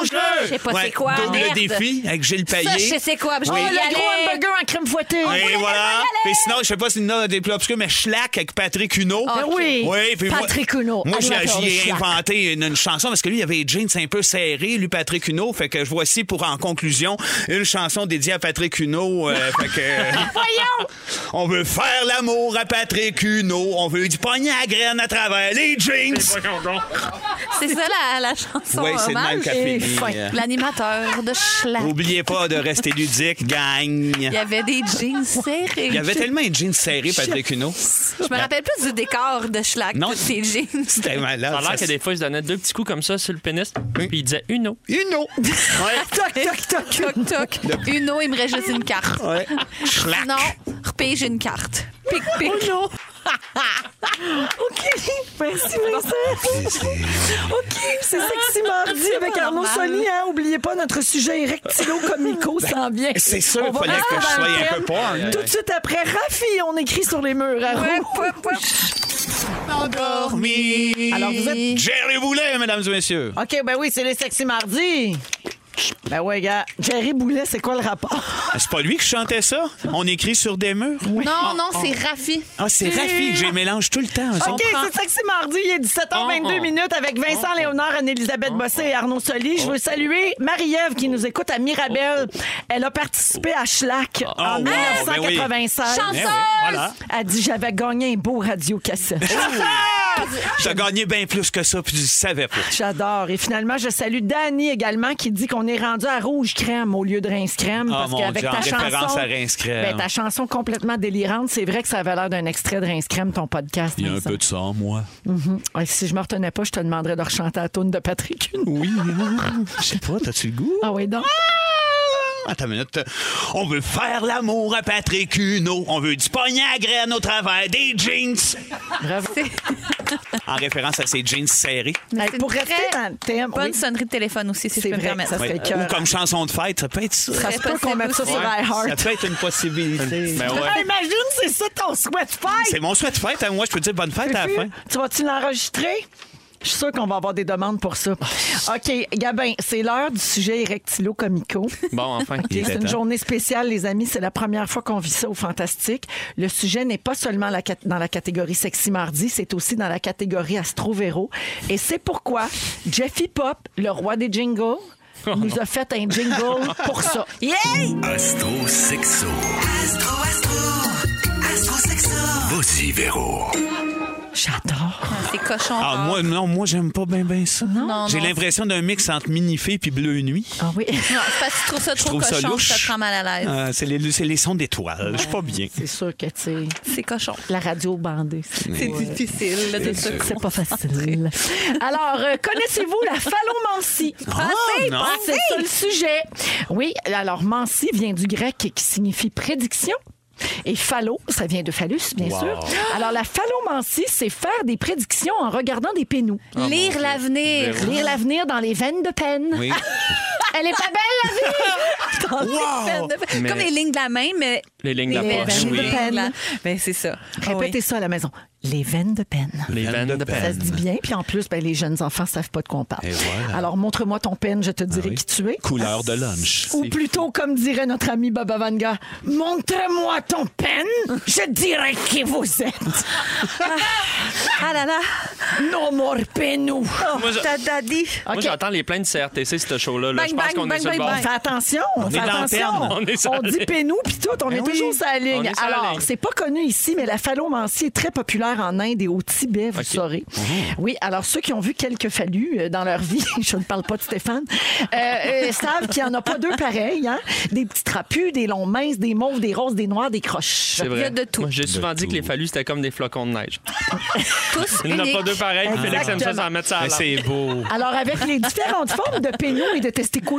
F: au jeu!
E: Je sais pas
D: Ouais,
E: c'est quoi.
D: Double
E: merde.
D: défi avec Gilles Payet.
E: Ça, je sais quoi. puis Je
F: Oh,
E: vais y
F: le gros
E: aller.
F: hamburger en crème fouettée!
D: Et voilà. Et sinon, je sais pas si il y en a des plus obscurs, mais Schlack avec Patrick Huneau.
F: Ah oui.
D: oui puis moi-
F: Patrick Huneau,
D: Moi, j'ai
F: animateur de
D: j'y ai
F: Schlack.
D: inventé une, une chanson parce que lui, il avait les jeans un peu serrés, lui, Patrick Huneau. Fait que voici pour en conclusion une chanson dédiée à Patrick Huneau. euh, fait que.
C: Voyons!
D: On veut faire l'amour à Patrick Huneau. On veut du poignet à graines à travers les jeans.
E: C'est ça la, la chanson.
D: Ouais, c'est de même
E: hommage.
D: qu'a fait
E: Et
D: Lee,
E: fin.
D: euh.
E: L'animateur de Schlack.
D: Oubliez pas de rester ludique, gang.
E: Il y avait des jeans serrés.
D: Il y avait tellement de jeans serrés, Patrick Huneau.
E: Je me rappelle plus du décor de Schlack. Non. Ces jeans.
D: C'était malade.
L: Ça a l'air
D: ça.
L: que des fois, ils se donnaient deux petits coups comme ça sur le pénis, puis ils disaient Uno.
D: Uno.
E: toc, toc, toc, toc, toc. Uno, il me reste juste une carte.
D: Ouais.
L: Schlack.
E: Non, repige une carte. Pic, pic.
D: Oh
F: non. OK. Merci, Vincent. OK. C'est Sexy Mardi
E: C'est
F: avec
E: pas
F: Arnaud
E: normal.
F: Soli. Hein? Oubliez pas, notre sujet rectilo-comico s'en vient.
D: Ben, c'est sûr,
F: On va
D: fallait
F: rester
D: que je
F: dans le
D: sois un
F: thème.
D: peu porn.
F: Tout de suite après, Rafi, on écrit sur les murs à
D: Endormi.
F: Alors, vous êtes...
D: Jerry Boulet, mesdames et messieurs.
F: OK, ben oui, c'est les Sexy Mardi. Ben ouais, gars. Jerry Boulet, c'est quoi le rapport?
D: C'est pas lui qui chantait ça? On écrit sur des murs?
E: Non, non, c'est Rafi.
D: Oh, Ah, c'est Rafi, j'ai mélange tout le temps. eux
F: OK,
D: autres.
F: c'est Sexy Mardi. Il est 17h22
D: Oh, Oh. oh.
F: minutes avec Vincent Léonard, Anne-Elisabeth Bossé et Arnaud Soli. Je veux saluer Marie-Ève qui nous écoute à Mirabel.
D: Oh.
F: Elle a participé à Schlack en
C: wow, ben oui.
F: 1996.
C: Chanceuse! Ben oui, voilà.
F: Elle dit J'avais gagné un beau radiocassette.
D: T'as gagné bien plus que ça, puis tu le savais pas.
F: J'adore. Et finalement, je salue Dani également qui dit qu'on est rendu à rouge crème au lieu de rince crème.
D: Ah,
F: parce
D: mon
F: qu'avec
D: Dieu,
F: ta
D: en référence
F: chanson.
D: à rince crème.
F: ben, ta chanson complètement délirante, c'est vrai que ça avait l'air d'un extrait de rince crème, ton podcast.
D: Il y a un
F: Vincent.
D: peu de ça, en moi.
F: Mhm. Ouais, si je me retenais pas, je te demanderais de rechanter la toune de Patrick Huneau.
D: Oui. hein. Je sais pas, t'as-tu le goût?
F: Ah oui, donc.
D: Attends une minute. On veut faire l'amour à Patrick Huneau. On veut du pognon à graines au travers des jeans.
F: Bravo.
D: En référence à ces jeans serrés.
F: Hey, pour rester dans le thème.
E: Bonne
F: oui.
E: sonnerie de téléphone aussi, si je
F: C'est
E: peux me
F: vrai
E: permettre.
F: que ça
D: Ouais.
F: serait cœur.
D: Ou comme chanson de fête, ça peut être ça.
F: Ça se peut qu'on mette ça sur
D: Ouais. Ça
F: iHeart.
D: peut être une possibilité. Ben ouais.
F: Ah, Imagine, c'est ça ton souhait de
D: C'est
F: fête.
D: mon souhait de fête. hein. Moi, je peux te dire bonne fête à la fin.
F: Tu vas-tu l'enregistrer? Je suis sûre qu'on va avoir des demandes pour ça.
D: Oh.
F: OK, Gabin, c'est l'heure du sujet érectilo-comico.
L: Bon, enfin.
F: Ok, c'est une journée spéciale, les amis. C'est la première fois qu'on vit ça au Fantastique. Le sujet n'est pas seulement la cat- dans la catégorie Sexy Mardi, c'est aussi dans la catégorie Astro-Véro. Et c'est pourquoi Jeffy Pop, le roi des jingles, nous a fait un jingle pour ça. Yeah!
O: Astro Sexo.
C: Astro, astro, astro sexo.
O: Voici Véro.
F: J'adore.
E: C'est cochon.
D: Ah, moi, non, moi, j'aime pas bien bien ça.
E: Non,
D: J'ai
E: non.
D: l'impression d'un mix entre minifé puis bleu nuit.
F: Ah oui.
E: Non, c'est parce que tu trouves ça trop
D: trouve ça
E: cochon, ça,
D: louche.
E: ça te rend mal à l'aise.
D: Euh, c'est les, c'est les sons d'étoiles. Je suis pas bien.
F: C'est sûr que, tu sais,
E: C'est cochon.
F: la radio bandée. euh,
E: C'est difficile là, de se
F: C'est pas facile. Alors, euh, connaissez-vous la phallomancie?
E: Ah,
F: c'est
E: non.
F: ça le sujet. Oui, alors mancie vient du grec qui signifie prédiction. Et phallo, ça vient de phallus, bien
E: Wow.
F: sûr. Alors, la phallomancie, c'est faire des prédictions en regardant des pénoux.
D: Ah,
E: Oh, Lire mon Dieu. l'avenir. Véro.
F: Lire l'avenir dans les veines de peine.
E: Oui.
F: Elle est pas belle, la vie!
E: Wow!
L: Mais-
E: Comme les lignes de la main, mais.
L: Les lignes de la
E: Les
L: poche,
E: veines
L: oui.
E: de peine. Ben, c'est ça.
F: Répétez ça à la maison. Les veines de peine.
L: Les veines de
F: Ça
L: peine.
F: se dit bien. Puis en plus, ben, les jeunes enfants savent pas de quoi on parle.
D: Et voilà.
F: Alors, montre-moi ton peine, je te dirai
D: oui.
F: qui tu es.
D: Couleur de lunch.
F: Ou plutôt, comme dirait notre ami Baba Vanga, montre-moi ton peine, je dirai qui vous êtes. ah là là, no more penou.
L: Moi, je-
F: Oh, ta daddy.
L: Moi, j'entends les plaintes de CRTC, ce show-là. là. Je pense qu'on est sur le
F: Fais
L: bord.
F: attention,
L: On
F: fais
L: est dans la
F: attention.
L: terne. On est sur la
F: dit
L: ligne.
F: pénou puis tout, on
L: Ben
F: est
L: oui.
F: toujours sur la
L: On
F: ligne.
L: est sur la
F: Alors,
L: ligne.
F: c'est pas connu ici, mais la phallomancie est très populaire en Inde et au Tibet, vous le saurez.
L: Ah.
F: Oui, alors ceux qui ont vu quelques phallus euh, dans leur vie, je ne parle pas de Stéphane, euh, euh, savent qu'il n'y en a pas deux pareils. Hein? Des petits trapus, des longs minces, des mauves, des roses, des noirs, des croches.
L: C'est vrai.
F: Il y a de tout.
L: Moi, J'ai souvent dit que les phallus, c'était comme des flocons de neige.
F: Tous
L: Il n'y en a
F: uniques.
L: pas deux pareils. puis Félix aime ça, ça en mettre ça à
D: Mais c'est beau.
F: Alors, avec les différentes formes de pénou et de testiculus,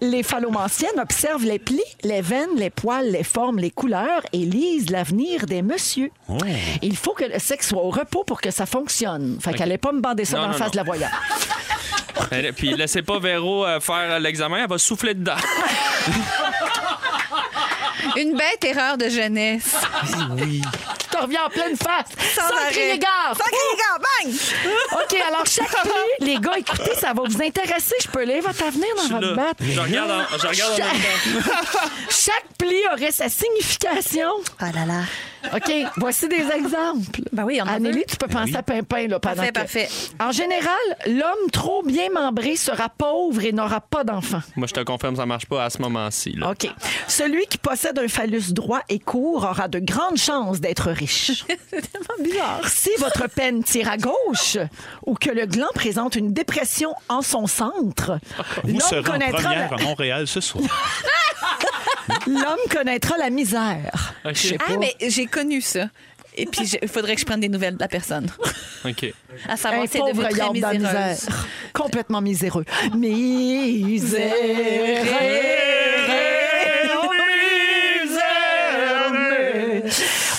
F: les phallomanciennes observent les plis, les veines, les poils, les formes, les couleurs et lisent l'avenir des messieurs.
L: Oh.
F: Il faut que le sexe soit au repos pour que ça fonctionne. Fait
L: Ok.
F: qu'elle n'allait pas me bander ça
L: Non,
F: dans la
L: non,
F: face de
L: non.
F: la voyante.
L: Elle- Puis laissez pas Véro euh, faire l'examen, elle va souffler dedans.
E: Une bête erreur de jeunesse.
L: Oui.
F: T'as
R: revient en pleine face.
E: Sans
R: Sans,
E: arrêt.
R: crier gare.
E: Sans crier gare, bang!
R: OK, alors chaque prix, les gars, écoutez, ça va vous intéresser. Je peux lire votre avenir
L: Je suis
R: dans votre
L: là.
R: batte.
L: Je regarde en- je regarde en
R: Cha-
L: même
R: Chaque pli aurait sa signification. Ah là là. OK, voici des exemples. Ben oui, Anélie, tu peux
D: Ben
R: penser à Pimpin là, pendant
E: Parfait,
R: que-
E: parfait.
R: En général, l'homme trop bien membré sera pauvre et n'aura pas d'enfant.
L: Moi, je te confirme, ça marche pas à ce moment-ci. là.
F: OK. Celui qui possède un phallus droit et court aura de grandes chances d'être riche.
E: C'est tellement bizarre.
F: Si votre peine tire à gauche ou que le gland présente une dépression en son centre,
D: Vous serez
F: l'homme
D: en
F: connaîtra,
D: première
F: la...
D: à Montréal ce soir.
F: l'homme connaîtra la misère.
L: Ok.
F: Je sais
E: Ah,
F: pas.
E: mais j'ai connu ça. Et puis, je- il faudrait que je prenne des nouvelles de la personne.
L: OK.
E: À savoir
F: Un
E: si elle est
F: pauvre
E: devenue très
F: yard dans la
E: miséreuse.
F: misère. Complètement miséreux. Miséreux.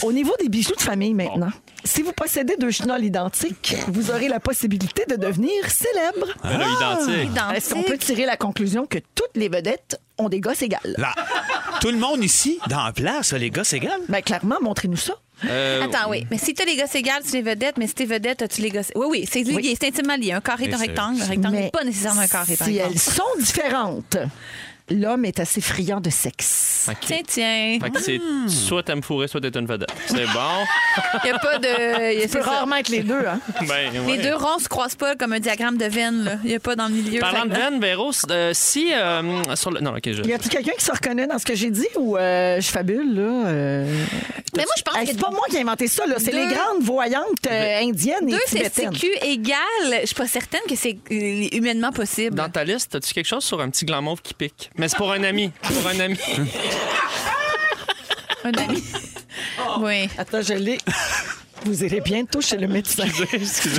F: Au niveau des bijoux de famille maintenant, si vous possédez deux chenolles identiques, vous aurez la possibilité de devenir célèbre.
L: Ben là, identique.
F: Est-ce qu'on peut tirer la conclusion que toutes les vedettes ont des gosses égales?
D: Là, tout le monde ici, dans la place, les gars, c'est égal.
F: Ben, clairement, montrez-nous ça.
D: Euh,
L: Oh.
E: Attends, oui. Mais si t'as les gosses égales, tu les vedettes, mais si t'es vedette, tu les gosses. Oui, oui, c'est lié, c'est intimement lié. Un carré
F: Mais
E: d'un
F: c'est-
E: rectangle. Un rectangle n'est pas nécessairement un carré par
F: Si
E: exemple.
F: elles sont différentes, l'homme est assez friand de sexe.
L: OK.
E: Tiens, tiens.
L: Fait que c'est
E: Hmm.
L: soit t'aimes fourrer, soit t'es une vedette. C'est bon.
E: Il n'y a pas de. y a-
F: Tu peux
E: c'est ça.
F: rarement être les deux, hein?
L: Ben,
E: Les
L: ouais.
E: deux ronds se croisent pas comme un diagramme de veine. Il n'y a pas dans le milieu.
L: Parlant
E: Fait
L: de
E: que-
L: Ben, Véro, c- euh, si. euh, sur le... Non, OK, je.
F: Y a-t-il quelqu'un qui se reconnaît dans ce que j'ai dit ou euh, je fabule, là? Mais moi, je pense que. C'est pas moi qui ai inventé ça, là. C'est
E: Deux-
F: les grandes voyantes euh, indiennes
E: Deux
F: et tibétaines.
E: CCQ égales, je suis pas certaine que c'est euh, humainement possible.
L: Dans ta liste, as-tu quelque chose sur un petit gland mauve qui pique? Mais c'est pour un ami. Pour un ami.
E: Un ami.
L: Oh.
E: Oui.
F: Attends, je l'ai. Vous irez bientôt chez le médecin.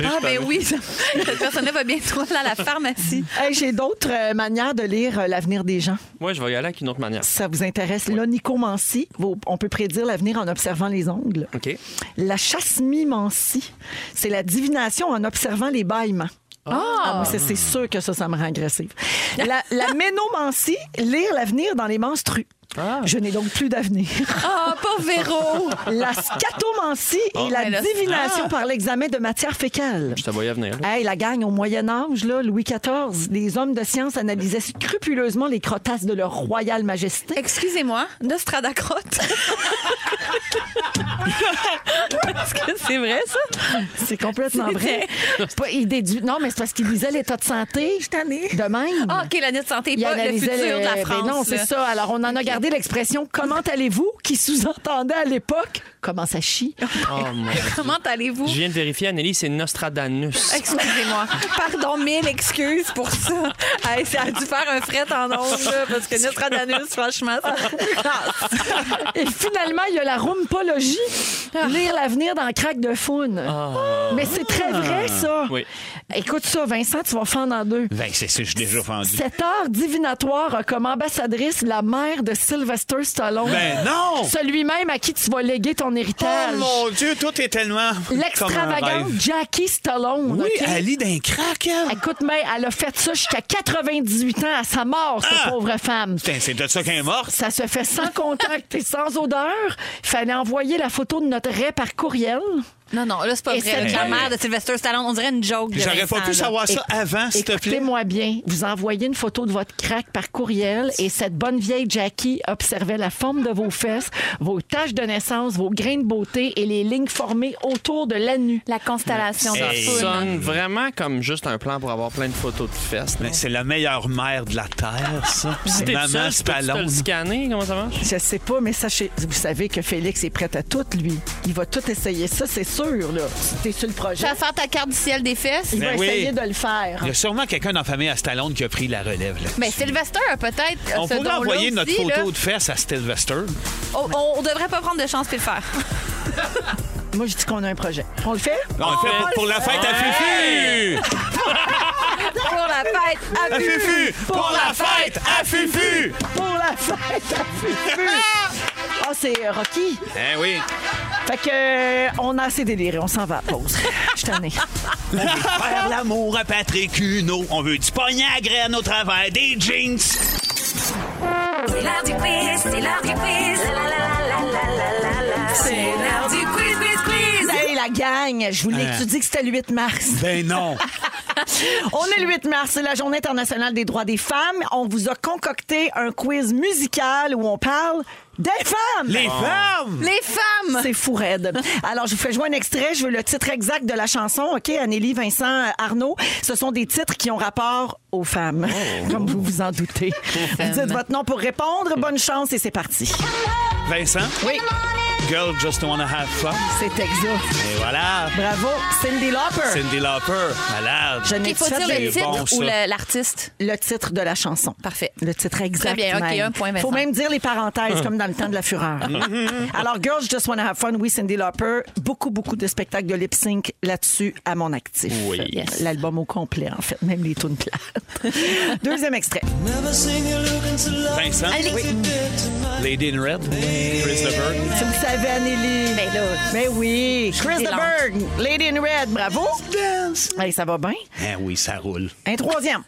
E: Ah, ben oui, ça- cette personne-là va bientôt aller à la pharmacie.
F: Hey, j'ai d'autres euh, manières de lire euh, l'avenir des gens.
L: Moi, je vais y aller avec une autre manière.
F: Ça vous intéresse? L'onychomancie, vos- on peut prédire l'avenir en observant les ongles.
L: OK.
F: La chasmimancie, c'est la divination en observant les bâillements.
E: Ah!
F: moi, c'est, c'est sûr que ça, ça me rend agressive. La, la ménomancie, lire l'avenir dans les menstrues. Je n'ai donc plus d'avenir.
E: Ah, pas Véro!
F: La scatomancie
L: Ah.
F: et
L: Mais
F: la
L: là, c'est-
F: divination
L: Ah.
F: par l'examen de matière fécale.
L: Je te voyais venir. là.
F: Hey, la gang au Moyen Âge, là, Louis XIV, les hommes de science analysaient scrupuleusement les crottasses de leur royale majesté.
E: Excusez-moi, Nostradacrotte. Est-ce que c'est vrai, ça?
F: C'est complètement vrai. C'est Pas, il déduit- non, mais c'est parce qu'il lisait l'état de santé. Je De même.
E: Ah, OK, l'année de santé,
F: Il
E: pas le
F: analysait
E: futur
F: le-
E: de la
F: ben
E: France.
F: non, c'est
E: là.
F: ça. Alors, on en a gardé l'expression « Comment allez-vous? » qui sous-entendait à l'époque « Comment ça chie?
L: Oh, mon Dieu.
E: Comment allez-vous?
L: Je viens de vérifier, Anneli, c'est Nostradamus.
E: Excusez-moi. Pardon, mille excuses pour ça. Hey, ça a dû faire un fret en ondes, là, parce que Nostradamus, franchement, ça... »
R: Et finalement, il y a la rumpologie,
E: Ah.
R: lire l'avenir dans craque de faune.
F: Mais c'est très vrai, ça.
L: Oui.
F: Écoute ça, Vincent, tu vas fendre en deux.
D: Ben, c'est ça, je suis déjà fendu.
F: Cet art divinatoire a comme ambassadrice la mère de Sylvester Stallone.
D: Ben non!
F: Celui-même à qui tu vas léguer ton
D: Oh
F: héritage.
D: mon Dieu, tout est tellement.
F: L'extravagante
D: comme un rêve.
F: Jackie Stallone.
D: Oui,
F: ok?
D: elle lit d'un crack.
F: Écoute, mais elle a fait ça jusqu'à 98 ans à sa mort, cette
D: Ah!
F: pauvre femme.
D: Putain, c'est de ça qu'elle est morte.
F: Ça se fait sans contact et sans odeur. Fallait envoyer la photo de notre raie par courriel.
E: Non, non, là, c'est pas
F: Et
E: vrai.
F: cette-
E: La mère de Sylvester Stallone, on dirait une joke. de
D: J'aurais
E: Vincent,
D: pas pu
E: là.
D: savoir ça
F: Éc-
D: avant, s'il te plaît.
F: Écoutez-moi bien. Vous envoyez une photo de votre crack par courriel et cette bonne vieille Jackie observait la forme de vos fesses, vos taches de naissance, vos grains de beauté et les lignes formées autour de la nue.
E: La constellation
L: Ça
E: de foule.
L: sonne vraiment comme juste un plan pour avoir plein de photos de fesses. non?
D: Mais c'est la meilleure mère de la Terre, ça.
L: Puis si t'es tout
D: Maman
L: seul, tu peux te
D: Stallone.
L: le scanner? Comment ça marche?
F: Je sais pas, mais sachez, vous savez que Félix est prêt à tout, lui. Il va tout essayer. Ça, c'est sûr, là. Si t'es sur le
E: Tu
F: projet,
E: vas faire ta carte du ciel des fesses?
F: il
D: Ben
F: va
D: oui.
F: essayer de le faire.
D: Il y a sûrement quelqu'un dans la famille à Stallone qui a pris la relève. là.
E: Mais Ben, Sylvester a peut-être euh,
D: On
E: ce
D: pourrait
E: don-là
D: envoyer notre
E: aussi,
D: photo
E: là.
D: de fesses à Sylvester.
E: On, Oh, on- on devrait pas prendre de chance puis le faire.
F: Moi, je dis qu'on a un projet. On le fait?
D: On le fait pour, pour la fête à Fufu!
E: Pour la fête à
D: À
E: vue.
D: Fufu! Pour la fête à Fufu!
F: Pour la fête à Fufu! Ah, c'est euh, Rocky.
D: Eh oui.
F: Fait que, euh, on a assez déliré. On s'en va à pause. Je t'en ai.
D: Faire l'amour à Patrick Huneau. On veut du pognon à graines au travers des jeans.
G: C'est l'heure du quiz, c'est l'heure du quiz. La, la, la, la, la, la, la, la. C'est l'heure du quiz, quiz,
F: la gang. Je voulais
D: Ah.
F: que tu dises que c'était le 8 mars.
D: Ben non.
F: On est le 8 mars, c'est la Journée internationale des droits des femmes. On vous a concocté un quiz musical où on parle des femmes.
C: Les Bon. femmes!
F: Les femmes! C'est fou raide. Alors, je vous fais jouer un extrait. Je veux le titre exact de la chanson. OK, Anélie, Vincent, euh, Arnaud. Ce sont des titres qui ont rapport aux femmes, comme vous vous en doutez. Vous dites votre nom pour répondre. Bonne chance et c'est parti.
D: Vincent?
F: Oui.
D: Girl just wanna have fun.
F: C'est exact.
D: Et voilà.
F: Bravo. Cindy Lauper.
D: Cindy Lauper, malade.
F: Je n'ai
E: Il faut
F: fait
E: dire
F: des
E: le titre
D: bons,
E: ou
D: ça.
E: le- l'artiste.
F: le titre de la chanson. Parfait. Le titre exact.
E: Très bien, ok,
F: même.
E: un point, Vincent.
F: faut même dire les parenthèses, comme dans le temps de la fureur. Alors, Girls Just Wanna Have Fun, oui, Cindy Lauper. Beaucoup, beaucoup de spectacles de lip sync là-dessus à mon actif.
C: Oui. Yes.
F: L'album au complet, en fait, même les tunes plates. Deuxième extrait.
D: Vincent?
F: Allez. Oui.
D: Lady in Red? Chris Levert?
F: Tu le savais, Anneli. Ben oui. Chris
D: T'es
F: de
D: lente.
F: Berg, Lady in Red, bravo. Hey, ça va bien.
D: Eh oui, ça roule.
F: Un troisième.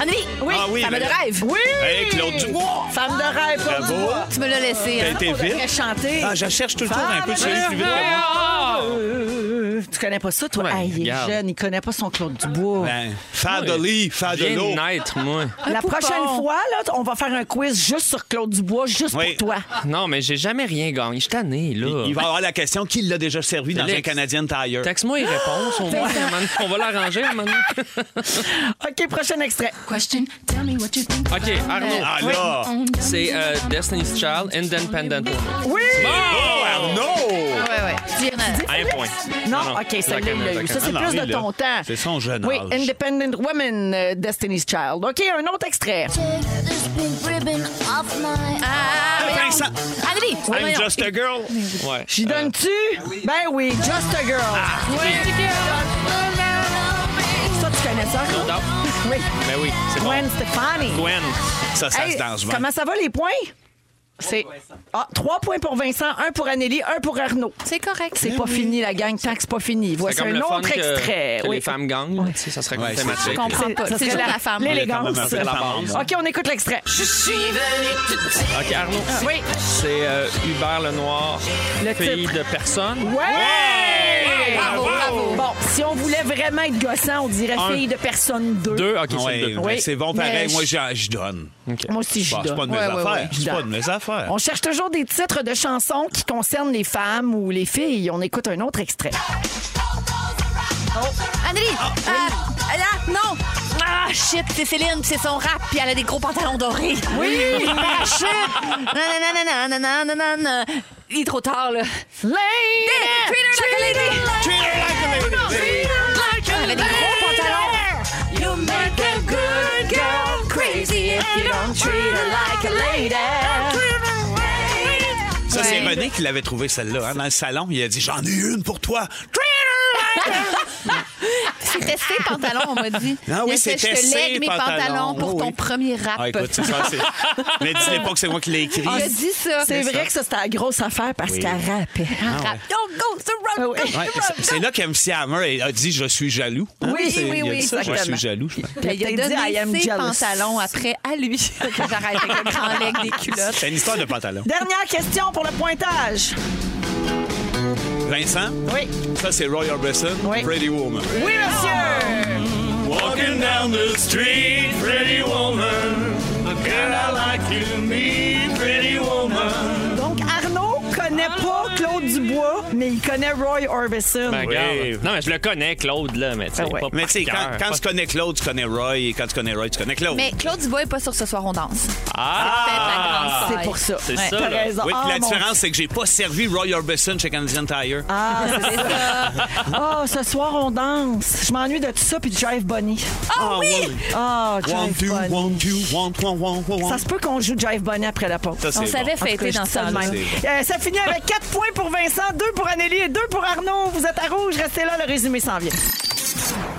F: Anneli, oui.
D: Ah oui,
F: femme
D: ben
F: de
D: là.
F: rêve. Oui.
D: Hey, Claude Dubois.
F: Femme de rêve. Claude
D: Bravo.
F: Dubois.
D: Tu me l'as laissé,
F: T'as
D: hein?
F: été
D: On devrait
F: vite. chanter.
D: Ah, je cherche tout le temps un peu celui plus vite
F: que moi. Euh, Tu connais pas ça, toi? Ah, il est
D: regarde. Ben,
F: jeune, il connaît pas son Claude Dubois.
D: Fadoli,
L: J'ai
D: Fadolo.
L: une naître, moi.
F: La prochaine fois, là, on va faire un quiz juste sur Claude Dubois, juste
L: Oui.
F: pour toi.
L: Non, mais j'ai jamais rien gagné. Je suis tanné, là.
D: Il va avoir la question qui l'a déjà servi dans
L: Félix.
D: un Canadian Tire.
L: Texte-moi les réponses, au moins. On va l'arranger, à un moment donné.
F: OK, prochain extrait.
L: OK, Arnaud.
D: Ah,
F: Euh,
D: là.
L: C'est euh, Destiny's Child, Independent Woman.
F: Oui! Mm-hmm.
L: Oh, Arnaud!
E: Ah ouais, ouais. Tu viens de-
L: Un point.
F: Non, OK, celle-là, il l'a eu. Ça, c'est
D: Ah non,
F: plus
D: il
F: de
D: l'a.
F: ton temps.
D: C'est son jeune
F: Oui,
D: âge.
F: Independent Women, euh, Destiny's Child. OK, un autre extrait.
E: Ah,
F: Ah,
E: mais non.
F: Vincent.
E: Anneli, voyons.
D: a girl.
L: Ouais. Euh,
F: J'y donne-tu? Ben oui, Just a Girl.
D: Ah,
F: Ça, tu connais ça?
L: Non.
F: Oui.
L: Ben oui, c'est bon.
F: Gwen Stefani.
L: Gwen.
D: Ça,
F: Hey, Comment ça va, les points? C'est ah, trois points pour Vincent, un pour Anneli, un pour Arnaud.
E: C'est correct.
L: Ben
F: C'est pas fini, la gang, tant que c'est pas fini.
L: C'est
F: Voici
L: comme
F: un
L: le fun
F: autre
L: que,
F: extrait.
L: que
F: Oui.
L: les femmes gagnent. tu sais, Ça serait comme
D: Ouais, c'est
L: thématique.
D: ça. Je comprends
F: C'est- ça, c'est
E: juste
F: la-
E: la femme.
F: L'élégance.
L: C'est la base.
F: OK, on écoute l'extrait. Je suis
L: OK, Arnaud.
F: Oui.
L: Ah, C'est euh, Hubert Lenoir,
F: Le
L: Pays
F: titre.
L: de personne.
F: Ouais!
L: Bravo, bravo.
F: Bon, si on voulait vraiment être gossant, on dirait
L: Un.
F: fille de personne 2.
L: Deux, OK, c'est le deux.
F: Oui.
D: C'est bon,
F: Mais
D: pareil.
F: je-
D: Moi, j'en- je donne.
F: Moi aussi, je
D: Bon, C'est
F: donne.
D: pas de mes
F: Ouais, ouais, ouais,
D: affaires.
F: je
D: C'est pas de
F: donne.
D: mes affaires.
F: On cherche toujours des titres de chansons qui concernent les femmes ou les filles. On écoute un autre extrait.
E: Anneli, euh, là, non. Ah, shit, c'est Céline, puis c'est son rap, puis elle a des gros pantalons dorés.
F: Oui.
E: Ah, shit. Nanana, nanana, nanana. Il est trop tard, là.
F: Lady!
E: Treat her like a lady. Treat her like a lady. Elle a des gros pantalons. You make a good girl crazy if you don't treat her like a lady.
D: Ça, c'est
E: Ouais.
D: René qui l'avait trouvé, celle-là. hein, Dans le salon, il a dit J'en ai une pour toi.
E: C'était ses pantalons, on m'a dit.
D: Ah oui,
E: Il disait,
D: c'était
E: Je te lègue
D: ses
E: mes
D: pantalons.
E: pantalons pour
D: Oui,
E: ton
D: oui.
E: premier rap.
D: Ah, écoute, c'est ça. c'est- Mais dis pas que c'est moi qui l'ai écrit.
E: Il a dit ça.
F: Ah, C'est vrai que ça, c'était la grosse affaire parce
D: Oui.
F: qu'elle rappait.
D: Ah, ouais.
E: Don't go to road.
F: Ah oui.
D: Ouais, c'est- c'est là qu'MC Hammer a dit Je suis jaloux. Hein,
F: Oui,
D: c'est-
F: oui,
D: il a
F: oui,
D: dit ça, Je
F: exactement.
D: suis jaloux. je pense.
E: Puis Il a
F: Peut-être
E: donné
F: dit, I am
E: ses
F: jealous.
E: pantalons après à lui. que J'arrête avec le grand leg des culottes.
D: C'est une histoire de pantalon.
F: Dernière question pour le pointage.
D: Vincent,
F: Oui.
D: ça, c'est Roy Orbison, Pretty Woman.
F: Oui, monsieur!
C: Walking down the street, pretty woman. A girl I like to meet, pretty woman.
F: Donc, Arnaud connaît pas Claude Dubois, mais il connaît Roy Orbison.
L: Ben, regarde. Non, mais je le connais, Claude, là, mais tu sais,
F: Ah ouais.
L: pas
D: Mais
L: par
D: tu sais, quand,
L: cœur,
D: quand
L: pas-
D: tu connais Claude, tu connais Roy. Et quand tu connais Roy, tu connais Claude.
E: Mais Claude Dubois n'est pas sur Ce soir, on danse.
D: Ah!
E: C'est peut-être la grande
F: C'est
E: taille.
F: pour ça.
D: C'est
F: Ouais.
D: ça.
F: T'as
D: là.
F: raison.
D: Oui, puis
F: Ah,
D: la
F: mon
D: différence, c'est que j'ai pas servi Roy Orbison chez Canadian Tire.
F: Ah, c'est ça. Ah, ce soir, on danse. Je m'ennuie de tout ça, puis de Jive Bunny.
D: Ah oui!
F: Ah,
D: One,
F: Jive
D: two,
F: Bunny.
D: one, two, one, one, one, one,
F: Ça se peut qu'on joue Jive Bunny après la pause.
D: Ça, c'est
E: On
D: bon.
E: savait fêter dans ça.
F: Même. Euh, ça finit avec 4 points pour Vincent, 2 pour Anneli et 2 pour Arnaud. Vous êtes à rouge, restez là, le résumé s'en vient.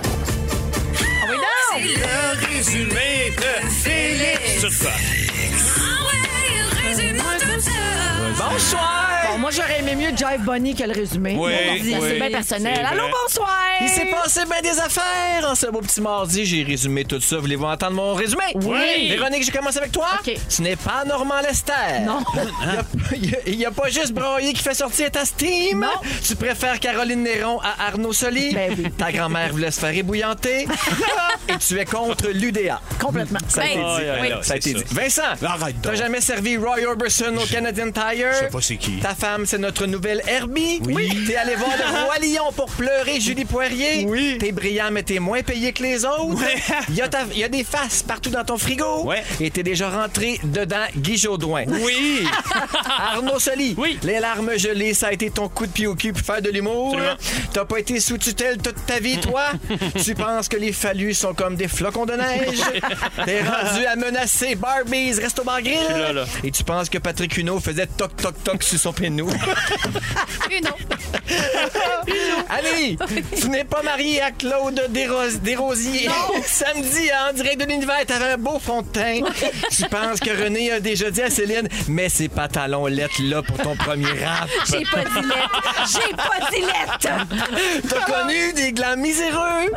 F: Ah oui, non!
C: Le résumé de Félix. Sur quoi?
F: Bonsoir! Bon, moi, j'aurais aimé mieux Jive Bonnie que le résumé.
Q: Oui,
F: Mais bon, ça,
Q: oui,
F: c'est bien personnel.
Q: c'est
F: Allô,
Q: vrai.
F: bonsoir!
Q: Il s'est
G: passé bien des affaires en ce beau petit mardi. J'ai résumé tout ça. Voulez-vous entendre mon résumé?
Q: Oui.
G: Véronique, je commence avec toi. Ce n'est pas Normand Lester. Non. Il n'y a, pas juste Broyer qui fait sortir ta steam. Non. Ben Tu préfères Caroline Néron à Arnaud Soli. Ta grand-mère voulait se faire ébouillanter. Et tu es contre l'UDA.
F: Complètement.
G: Ça a été dit.
Q: Ben, oui.
G: Ça a été
Q: C'est
G: dit.
Q: ça.
G: Vincent, t'as jamais servi Roy Orbison au Canadian Tire. Je sais
D: pas c'est qui.
G: Ta femme, c'est notre nouvelle Herbie. Oui. T'es allé voir le Roi Lion pour pleurer Julie Poirier. Oui. T'es brillant, mais t'es moins payé que les autres. Il y, a ta- il y a des faces partout dans ton frigo. Et t'es déjà rentré dedans Guy Jodoin.
C: Oui.
G: Arnaud Soli. Les larmes gelées, ça a été ton coup de pied au cul pour faire de l'humour. T'as pas été sous tutelle toute ta vie, toi. tu penses que les phallus sont comme des flocons de neige. T'es rendu à menacer Barbies Resto Bar Grill. Et tu penses que Patrick Huneau faisait toc toc toc sur son pénou. Allez, tu n'es pas marié à Claude Desros- Desrosiers. Samedi, hein, en direct de l'univers, t'avais un beau fond de teint. tu penses que René a déjà dit à Céline, mets ces pantalons lettres là pour ton premier rap.
C: J'ai pas dit lettres. J'ai pas dit lettres.
G: T'as connu des glands miséreux.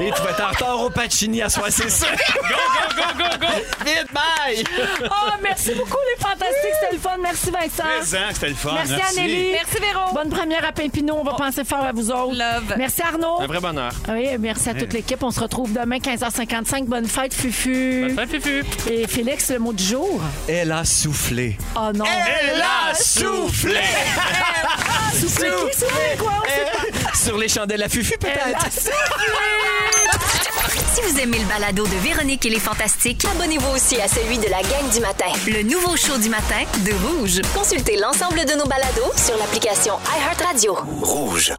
G: Et tu vas être en retard au Pacini à soi, c'est sûr.
C: Go, go,
G: go, go, go. Vite, bye.
F: Oh, merci beaucoup, les fantastiques. C'était le fun. Merci, Vincent.
D: Plaisant, c'était le fun.
F: Merci,
D: Merci.
F: Anneli.
D: Merci,
F: Véro. Bonne première à Pimpineau. On va penser fort à vous autres. Merci, Arnaud.
L: Un vrai bonheur.
F: Oui, merci à toute l'équipe. On se retrouve demain, 15h55. Bonne fête, Fufu. Bonne
L: fête, Fufu.
F: Et Félix, le mot du jour.
G: Elle a soufflé.
F: Oh non.
G: Elle a soufflé.
F: Ah, Soufflé qui? Soufflé quoi? On sait pas.
G: Sur les chandelles à fufu, peut-être.
A: Si vous aimez le balado de Véronique et les Fantastiques, abonnez-vous aussi à celui de la gang du matin. Le nouveau show du matin de Rouge.
B: Consultez l'ensemble de nos balados sur l'application iHeartRadio.
A: Rouge.